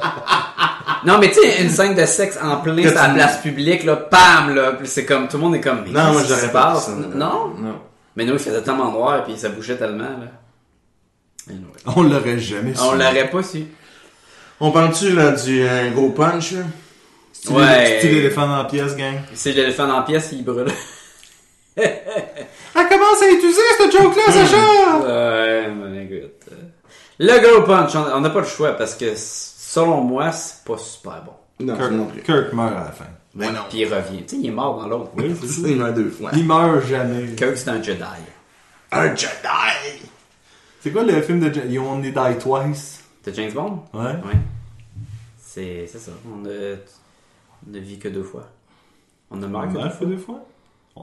Non, mais tu sais, une scène de sexe en plein
Que
sur la
tu-
place publique, là, pam, là, puis c'est comme, tout le monde est comme, mais
Non,
qu'est-ce
moi,
qui
j'aurais
se
pas
passe?
dit ça.
Non?
Non.
Mais nous, il faisait tellement noir, puis ça bougeait tellement, là. Anyway.
On l'aurait jamais su.
On l'aurait pas su.
On parle-tu, là, du euh, gros punch, là?
Tu
Ouais.
tu l'éléphant en pièces, gang.
C'est l'éléphant en pièce, il brûle.
Elle commence à utiliser cette joke-là, Sacha!
ouais, mais écoute. euh, Le gros punch, on on n'a pas le choix, parce que, s- selon moi, c'est pas super bon.
Non,
Kirk,
non plus.
Kirk meurt à la fin.
Ben non.
Puis il revient. Tu sais, il est mort dans l'autre.
Il meurt deux fois.
Il meurt jamais.
Kirk, c'est un Jedi.
Un Jedi!
C'est quoi le film de Ja- You Only Die Twice?
De James Bond?
Ouais.
Ouais. C'est c'est ça. On ne, on ne vit que deux fois. On ne meurt que deux
Neuf ou
fois.
deux fois?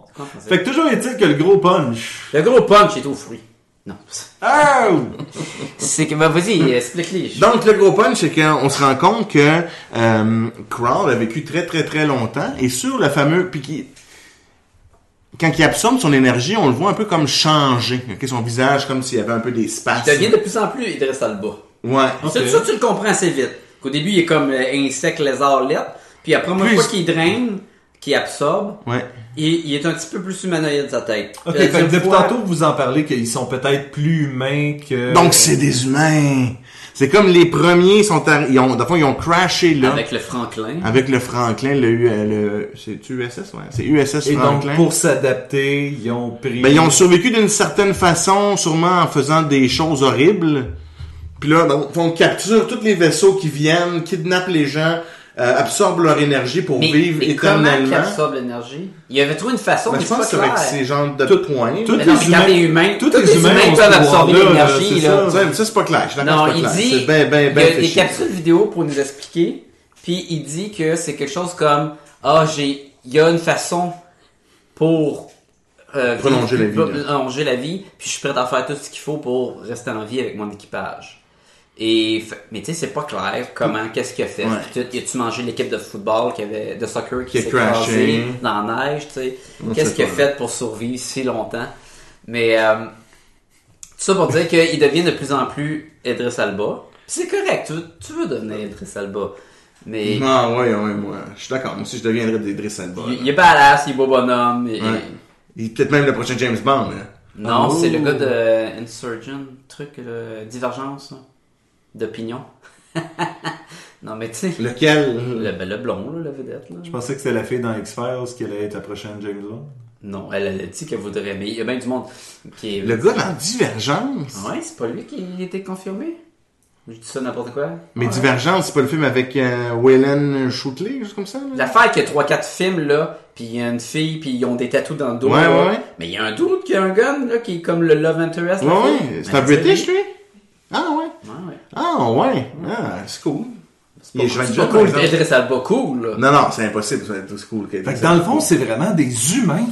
C'est quoi en français?
Fait que toujours est-il que le gros punch.
Le gros punch est au fruit. Non.
Oh!
C'est
ben,
que, bah, vas-y,
euh,
explique-les. Je-
Donc, le gros punch, c'est qu'on se rend compte que euh, Crowl a vécu très, très, très longtemps. Et sur le fameux... Puis qui- quand il absorbe son énergie, on le voit un peu comme changer. ok? Son visage, comme s'il y avait un peu des
Il devient
spasmes.
de plus en plus Idriss Alba.
Ouais.
Ok.
Ça, ça, tu le comprends assez vite. Au début, il est comme euh, insecte, lézard, lettre. Puis après, moi,
Plus-
fois qu'il draine, qu'il absorbe,
Ouais.
il, il est un petit peu plus humanoïde, sa tête.
Ok,
Puis la
fait que
deuxième
depuis
fois-
tantôt vous en parlez qu'ils sont peut-être plus humains que...
Donc c'est des humains. C'est comme les premiers sont arri- ils ont dans le fond ils ont crashé là avec,
Avec le Franklin.
le Franklin le, U- euh, le c'est USS ouais, c'est USS
Et donc,
Franklin.
pour s'adapter, ils ont pris...
Ben ils ont survécu d'une certaine façon sûrement en faisant des choses horribles. Puis là dans le fond, on capture tous les vaisseaux qui viennent, kidnappent les gens, euh, absorbent leur énergie pour
Mais,
vivre
mais comment il
éternellement.
absorbe l'énergie? Il avait trouvé une façon
Ben,
qui
je
est
pense
pas
que c'est avec
claire.
ces genres de
Tout-
points. Ben,
tout-
Tout...
Mais
les
non, mais quand
humains-
t'es humain,
tous
tous les
les humains ont
humains
ce
peuvent absorber
pouvoir-là, là,
l'énergie,
c'est
là.
Ça, ça, c'est pas clair. Je suis d'accord,
Non,
c'est pas
il
clair.
dit,
C'est ben, ben, ben
il y a des
fiché, ça.
capsules vidéo pour nous expliquer, puis il dit que c'est quelque chose comme, ah, j'ai, il y a une façon pour euh,
Prolonger la vie,
pour
là.
prolonger la vie, puis je suis prêt à faire tout ce qu'il faut pour rester en vie avec mon équipage. Et fa- mais tu sais c'est pas clair comment qu'est-ce qu'il a fait
Ouais.
puis tout, il a-tu mangé l'équipe de football qui avait de soccer
Qui
qui,
a
s'est
crashé.
crashé dans la neige tu sais qu'est-ce
sait
qu'il a
pas.
fait pour survivre si longtemps mais euh, tout ça pour dire qu'il devient de plus en plus Idriss Alba. Puis C'est correct, tu veux, tu veux devenir Idriss Alba. Mais
Ah ouais, ouais, moi. Je suis d'accord. Moi aussi, je deviendrais des Driss Alba.
il, il est badass, il est beau bonhomme. et-
Ouais. Et peut-être même le prochain James Bond. hein. là.
Non,
Oh.
c'est le gars de Insurgent, truc, euh, Divergence, là. d'opinion. non, mais tu sais,
Lequel
le, ben, le blond, là, la vedette. Là.
Je pensais que c'était la fille dans X-Files qui allait être la prochaine James Bond.
Non, elle, elle a dit qu'elle voudrait, mais il y a bien du monde qui est...
Le gars dans Divergence
Ouais, c'est pas lui qui était confirmé. Je dis ça n'importe quoi.
Mais Divergence, c'est pas le film avec euh, Waylon Shootley, juste comme ça là?
L'affaire qu'il y a 3-4 films, là, pis il y a une fille, pis ils ont des tatous dans le dos.
Ouais,
là.
ouais, ouais.
Mais il y a un doute qui a un gun, là, qui est comme le Love Interest.
Ouais,
la
ouais.
fille.
C'est
Ben,
un British,
lui.
lui Ah ouais.
Ouais, ouais.
Ah ouais. Ah, c'est cool.
C'est pas,
Il est
cool.
jeune,
C'est pas
jeune,
cool
par exemple.
d'Idriss Alba, cool. là.
Non, non, c'est impossible. C'est tout cool.
Fait que dans le fond, c'est vraiment des humains.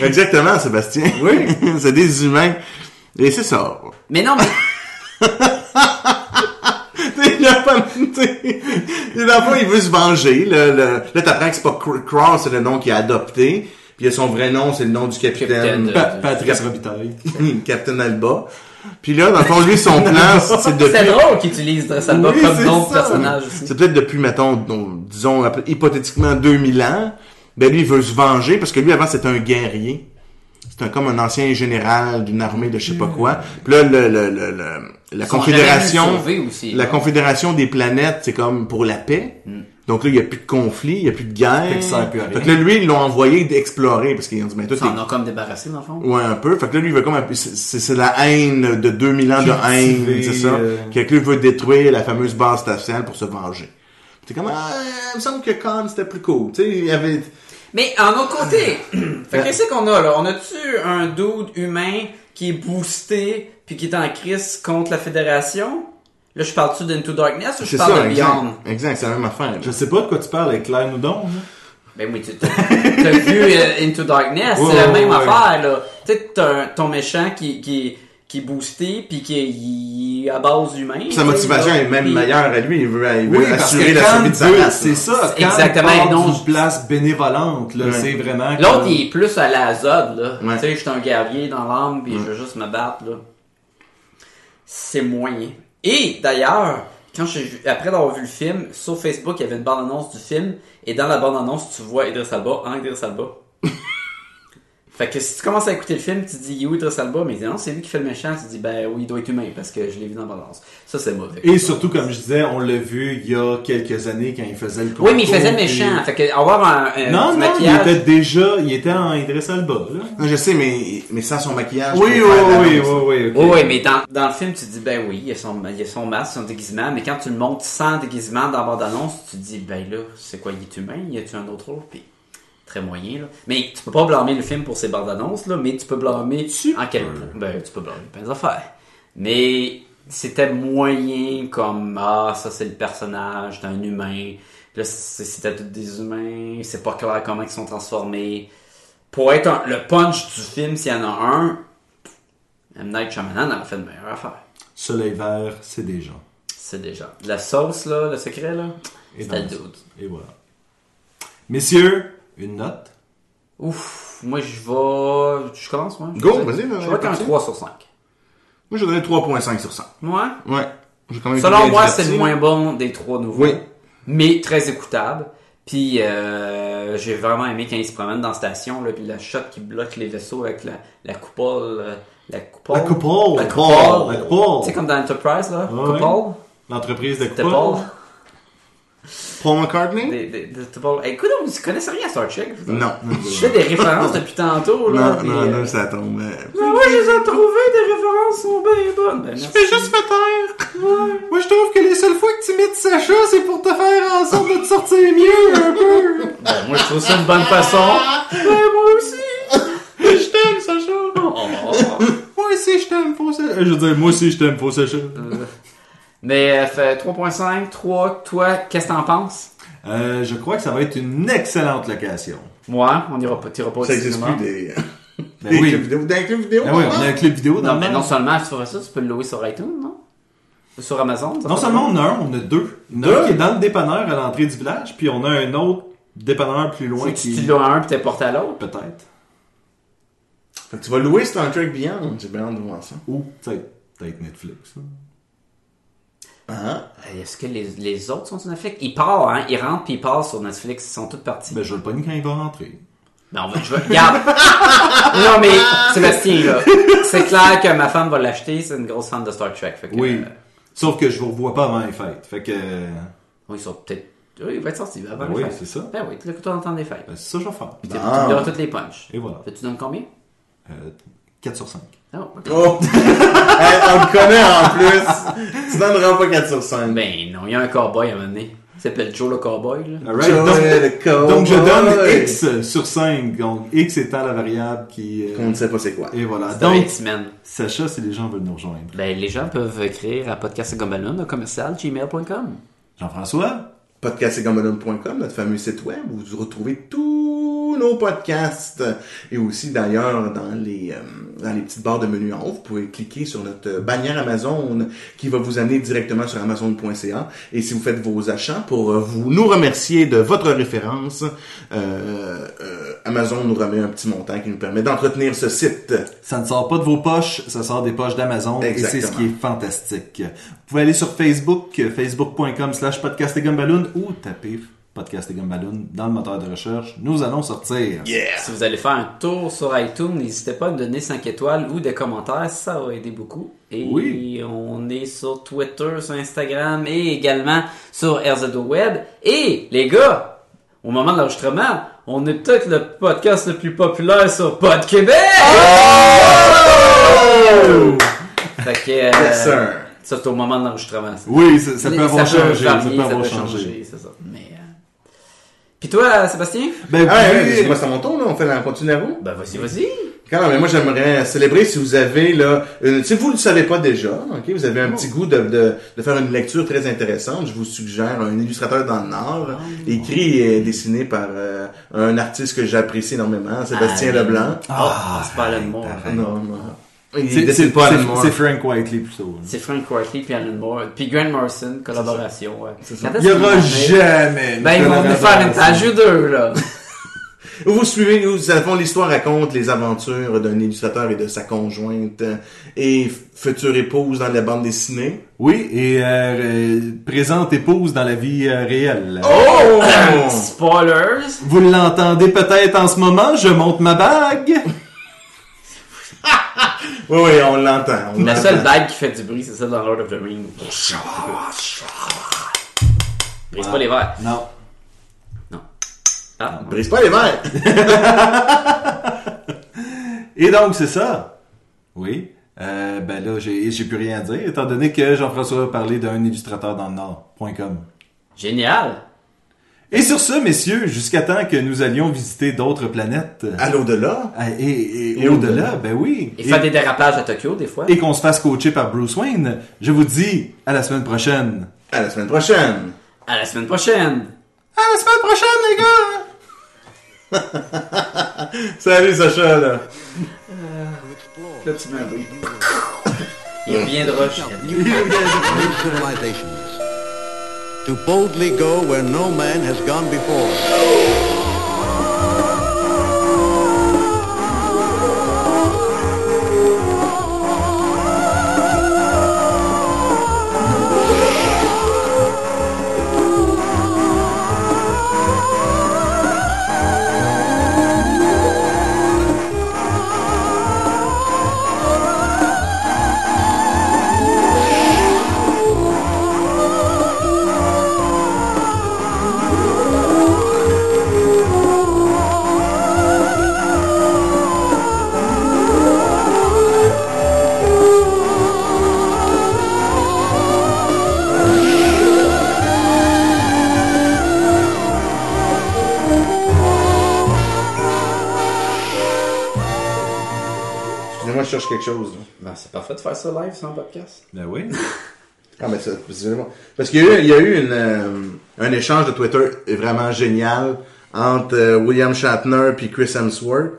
Exactement, Sébastien.
Oui.
c'est des humains. Et c'est ça.
Mais non, mais
T'sais, il a pas- t'sais, dans le fond, il veut se venger. Le, le- là, t'apprends que c'est pas Cr- Cross, c'est le nom qu'il a adopté. Puis son vrai nom, c'est le nom du
Capitaine
capitaine.
Pa- Patrice Robitaille.
Captain Alba. Puis là, dans le fond, lui, son plan, c'est
c'est
depuis...
drôle qu'ils utilisent Idriss Alba
Oui,
comme
c'est
nom de
ça.
personnage aussi.
C'est peut-être depuis, mettons, donc, disons, hypothétiquement 2000 ans. Ben lui, il veut se venger parce que lui, avant, c'était un guerrier. C'était un- comme un ancien général d'une armée de je sais pas quoi. Puis là, le, le- le- le- la
Ils sont
confédération...
jamais sauvés aussi. Mm.
La Confédération des planètes, c'est comme pour la paix. Donc là, il n'y a plus de conflit, il n'y a plus de guerre.
Fait que ça sert plus à rien.
Fait que là, lui, ils l'ont envoyé d'explorer parce qu'ils ont dit, mais toi,
Ils s'en
t'es...
ont comme débarrassé, dans le fond.
Ouais, un peu. Fait que là, lui, il veut comme... un peu- C'est, c'est- c'est la haine de 2000 ans de
Cultiver,
haine, c'est ça?
euh,
Quelqu'un veut détruire la fameuse base spatiale pour se venger. C'est comme, ah, il me semble que Khan, c'était plus cool. Tu sais, il y avait...
Mais en autre côté, fait que qu'est-ce qu'on a là? On a-tu un dude humain qui est boosté puis qui est en crise contre la Fédération? Là, je parle-tu d'Into Darkness ou je
C'est
parle
ça,
de
exact.
Beyond?
Exact, c'est la même affaire.
Je sais pas de quoi tu parles avec Claire Noudon. là.
Ben oui, tu t'as t'as vu euh, Into Darkness,
Ouais,
c'est la
ouais,
même
ouais.
affaire là. Tu sais, t'as un- ton méchant qui, qui, qui est boosté puis qui est il est à base humaine.
Sa
tu sais,
motivation
là.
est même
Puis-
meilleure à lui. Il veut, il veut
Oui, parce
assurer
que
la
Khan
survie de sa
veut-
race.
C'est ça.
Exactement, et
Exactement.
non,
Part
je-
d'une place bénévolente. là,
Ouais.
C'est vraiment.
L'autre,
comme-
il est plus à la Zod, là.
Ouais.
Tu sais, je suis un guerrier dans l'âme, puis je veux juste me battre, là. C'est moyen. Et, d'ailleurs, quand j'ai vu- après d'avoir vu le film, sur Facebook, il y avait une bande-annonce du film, et dans la bande-annonce, tu vois Idris Alba en Idris Alba. fait que si tu commences à écouter le film, tu te dis, il est où Idris Alba? Mais il dit, non, c'est lui qui fait le méchant. Tu te dis, ben oui, il doit être humain, parce que je l'ai vu dans la bande-annonce. Ça, c'est mauvais.
Et surtout, comme je disais, on l'a vu il y a quelques années quand il faisait le
Oui, mais il faisait le
concours,
méchant.
puis-
Fait que avoir un, un
Non,
du
non,
maquillage...
il était déjà, il était en Idriss Alba, là.
Non, je sais, mais, mais sans son maquillage.
Oui, oui,
pour faire
oui, oui,
l'annonce.
oui, ok.
Oui, oui, mais dans, dans le film, tu dis, ben oui, il y a son, il y a son masque, son déguisement, mais quand tu le montes sans déguisement dans la bande-annonce, tu te dis, ben là, c'est quoi, il est humain, y a-tu un autre rôle? Puis, très moyen, là. Mais tu peux pas blâmer le film pour ses bandes-annonces, là, mais tu peux blâmer en quel point. Ben, tu peux blâmer plein d'affaires. Mais c'était moyen comme, ah, ça c'est le personnage d'un humain, là, c'est- c'était tous des humains, c'est pas clair comment ils sont transformés. Pour être un- le punch du film, s'il y en a un, M. Night Shyamalan en a fait de meilleure affaire.
Soleil vert, c'est des gens.
C'est déjà. La sauce, là, le secret, là,
Et
c'était le
dans-
dude.
Et voilà. Messieurs, une note.
Ouf, moi, je vais... Je commence, moi?
Go, vas-y, là,
Je vais être un
parti.
3 sur 5.
Moi, je donné 3.5 sur 100.
Moi?
Ouais. J'ai quand même été
Selon
bien
moi,
diverti,
c'est le
là.
moins bon des trois nouveaux.
Oui.
Mais très écoutable. Puis euh, j'ai vraiment aimé quand il se promène dans la station, là, puis la shot qui bloque les vaisseaux avec la, la coupole. euh, La coupole.
La coupole.
La coupole.
La coupole.
Tu sais, comme dans Enterprise, là.
Ouais, ouais.
Coupole.
L'entreprise de
C'était
Coupole.
Paul McCartney?
Des, des, des, coupole. Hey, écoute, vous connaissez rien à Star Trek? vous autres?
Non.
Je fais des références depuis tantôt, là.
non,
puis,
non,
euh,
non, ça tombe. euh,
Mais moi, je les ai trouvées, des références sont bien bonnes. Ben, merci.
me taire. Moi, je trouve que les seules fois que tu mets de Sacha, c'est pour te faire en sorte de te sortir mieux un peu.
Ben, moi, je trouve ça une bonne façon. Ben, moi aussi. Oh.
je t'aime, Sacha. Moi aussi, je t'aime, faux Sacha. Euh, Je veux dire, moi aussi, je t'aime, faux Sacha.
Mais euh, fait 3.5, 3, toi, qu'est-ce que t'en penses?
Euh, je crois que ça va être une excellente location.
Moi, on ira pas, t'ira pas au
Ça existe
cinéma.
plus des. euh,
Ben
Des
oui.
clubs vidéo. Dans les clubs vidéo,
Ben oui, on
maman?
a un clip vidéo dans
Non,
le
mais
même.
non seulement tu ferais ça, tu peux le louer sur iTunes, non? Ou sur Amazon? ça
Non
fait pas.
seulement on a un, on a deux. Il y en a un qui est dans le dépanneur à l'entrée du village, puis on a un autre dépanneur plus
Faut
loin
que tu,
qui.
tu loues à un puis t'es porté à l'autre.
Peut-être.
Fait que tu vas louer Star Trek Beyond. J'ai bien hâte de voir ça.
Ou peut-être peut-être Netflix. hein.
Ah,
Euh, Est-ce que les, les autres sont sur Netflix? Ils partent, hein? Ils rentrent puis ils partent sur Netflix. Ils sont tous partis.
Ben, je vais le pogner quand il va rentrer.
Mais on va, je vais, regarde. non, mais, Sébastien, là. C'est clair que ma femme va l'acheter. C'est une grosse fan de Star Trek. Fait que,
Oui.
euh,
Sauf que je vous revois pas avant les fêtes. Fait que. euh,
oui, ils sont peut-être, oui, il va être sorti avant
Ben
les
oui,
fêtes.
c'est ça.
Ben oui, tu l'écoutes en temps des fêtes.
ben, c'est ça que je vais faire.
Tu tu me donneras toutes les punches.
Et voilà. Ah.
Tu donnes combien?
Euh, 4 sur 5.
Non.
Oh! Hey, on le connaît en plus! Tu donneras pas 4 sur 5.
Ben non, il y a un cowboy à un moment donné. s'appelle Joe le Cowboy, là.
Alright,
Joël
donc-
Cowboy.
donc, je donne X sur 5. Donc, X étant la variable qui... euh,
On ne sait pas c'est quoi.
et voilà.
Dans
Donc,
X-Men.
Sacha, si les gens veulent nous rejoindre.
Ben, les gens peuvent écrire à podcastgumballoon au commercial gmail.com.
Jean-François?
podcastgambalone.com, notre fameux site web où vous retrouvez tous nos podcasts. Et aussi, d'ailleurs, dans les, euh, dans les petites barres de menu en haut, vous pouvez cliquer sur notre euh, bannière Amazon qui va vous amener directement sur amazon.ca. Et si vous faites vos achats pour euh, vous, nous remercier de votre référence, euh, euh, Amazon nous remet un petit montant qui nous permet d'entretenir ce site.
Ça ne sort pas de vos poches, ça sort des poches d'Amazon et c'est ce
Exactement.
qui est fantastique. Vous pouvez aller sur Facebook, euh, facebook.com slash podcast et gumballoon ou taper podcast et gumballoon dans le moteur de recherche. Nous allons sortir.
Yeah!
Si vous allez faire un tour sur iTunes, n'hésitez pas à nous donner 5 étoiles ou des commentaires, ça va aider beaucoup. Et
Oui.
on est sur Twitter, sur Instagram et également sur RZO Web. Et les gars, au moment de l'enregistrement, on est peut-être le podcast le plus populaire sur Pod Québec.
Oh!
fait que euh,
Yes, sir.
ça c'est au moment de l'enregistrement. ça.
Oui, ça, ça peut
Les-
avoir changé. ça
varier,
peut avoir changé.
c'est ça. Mais euh, puis toi, Sébastien?
Ben,
Ah, ouais,
oui,
ouais, c'est pas ça mon tour, là. On fait la continue à vous.
Ben vas-y, vas-y.
Quand même, moi j'aimerais célébrer si vous avez là, une- si vous le savez pas déjà, ok, vous avez un petit goût de, de, de faire une lecture très intéressante. Je vous suggère un illustrateur dans le Nord, écrit et dessiné par euh, un artiste que j'apprécie énormément, Sébastien
Ah,
Leblanc.
Ah, c'est pas Alan Moore.
Non, non. Il
c'est-
dessine
c'est
pas
c'est-
Alan Moore.
c'est Frank Whiteley plutôt. là.
C'est Frank Whiteley puis Alan Moore. Puis Grant Morrison, collaboration. Ouais. Quand
Il
est-ce
n'y
qu'ils vont
aura
venir?
jamais. une
Ben, ils vont nous
collaboration.
faire une page ou deux, là.
Vous suivez, nous avons l'histoire raconte les aventures d'un illustrateur et de sa conjointe euh, et future épouse dans la bande dessinée.
Oui, et euh, euh, présente épouse dans la vie euh, réelle.
Oh!
Spoilers.
Vous l'entendez peut-être en ce moment, je monte ma bague.
oui, oui, on l'entend. on
La
l'entend.
seule bague qui fait du bruit, c'est celle dans Lord of the Rings. Brise pas les verres.
Non.
Ah,
Brise pas les verres.
Et donc, c'est ça. Oui. Euh, ben là, j'ai j'ai plus rien à dire, étant donné que Jean-François a parlé d'un illustrateur dans le Nord.com.
génial.
Et sur ce, messieurs, jusqu'à temps que nous allions visiter d'autres planètes.
À l'au-delà.
Ah, Et, et- et
Et
au-delà, ben oui.
Et faire des dérapages à Tokyo, des fois.
et qu'on se fasse coacher par Bruce Wayne. Je vous dis à la semaine prochaine.
À la semaine prochaine.
À la semaine prochaine.
À la semaine prochaine, les gars!
Salut Sacha là.
Là, tu mets un bruit. Il reviendra.
civilizations to boldly go where no man has gone before.
Excusez-moi, je cherche quelque chose. là.
Ben, c'est parfait de faire ça live sans podcast.
Ben oui.
Ah ben ça, excusez-moi. Parce qu'il y a eu, il y a eu une, euh, un échange de Twitter vraiment génial entre euh, William Shatner puis Chris Hemsworth.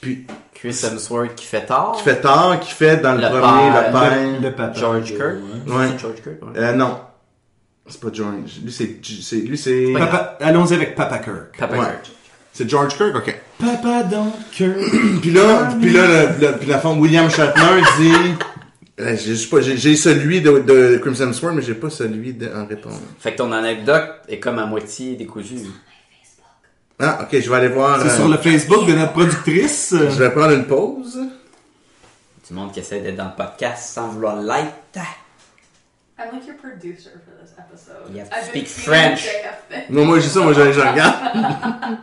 Puis
Chris Hemsworth qui fait tard.
qui fait tard, qui fait dans le,
Le
premier
père.
le père.
Le papa.
George Kirk.
Ouais.
C'est George Kirk, ouais.
Euh, non, c'est pas George. Lui c'est c'est lui c'est
Papa- Allons-y avec Papa Kirk.
Papa
Ouais.
Kirk.
c'est George Kirk. Ok.
Papa Don Kirk.
Puis là, puis là, le- le- puis la femme William Shatner dit. Là, Euh, J'ai j'ai pas- j'ai- j'ai celui de, de Crimson Swarm, mais j'ai pas celui de, en réponse.
Fait que ton anecdote est comme à moitié décousue.
Ah, ok, je vais aller voir.
C'est
euh,
sur le Facebook de notre productrice.
Je vais prendre une pause.
Du monde qui essaie d'être dans le podcast sans vouloir l'être.
I'm like your producer for this episode.
You have to
I've
speak
been feeling
French.
JF.
Non, moi, je dis ça, moi, je, je regarde.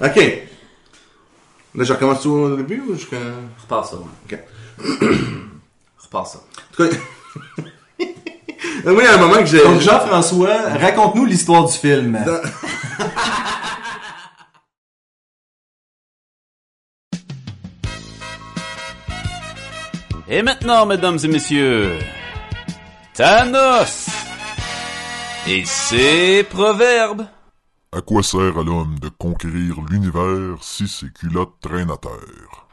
ok. Là, je recommence tout au début ou je. Ok.
Repars ça, ouais. Repars ça.
En tout cas, Donc, moi, il y a un moment que j'ai.
Donc, Jean-François, raconte-nous l'histoire du film.
Et maintenant, mesdames et messieurs, Thanos et ses proverbes.
À quoi sert à l'homme de conquérir l'univers si ses culottes traînent à terre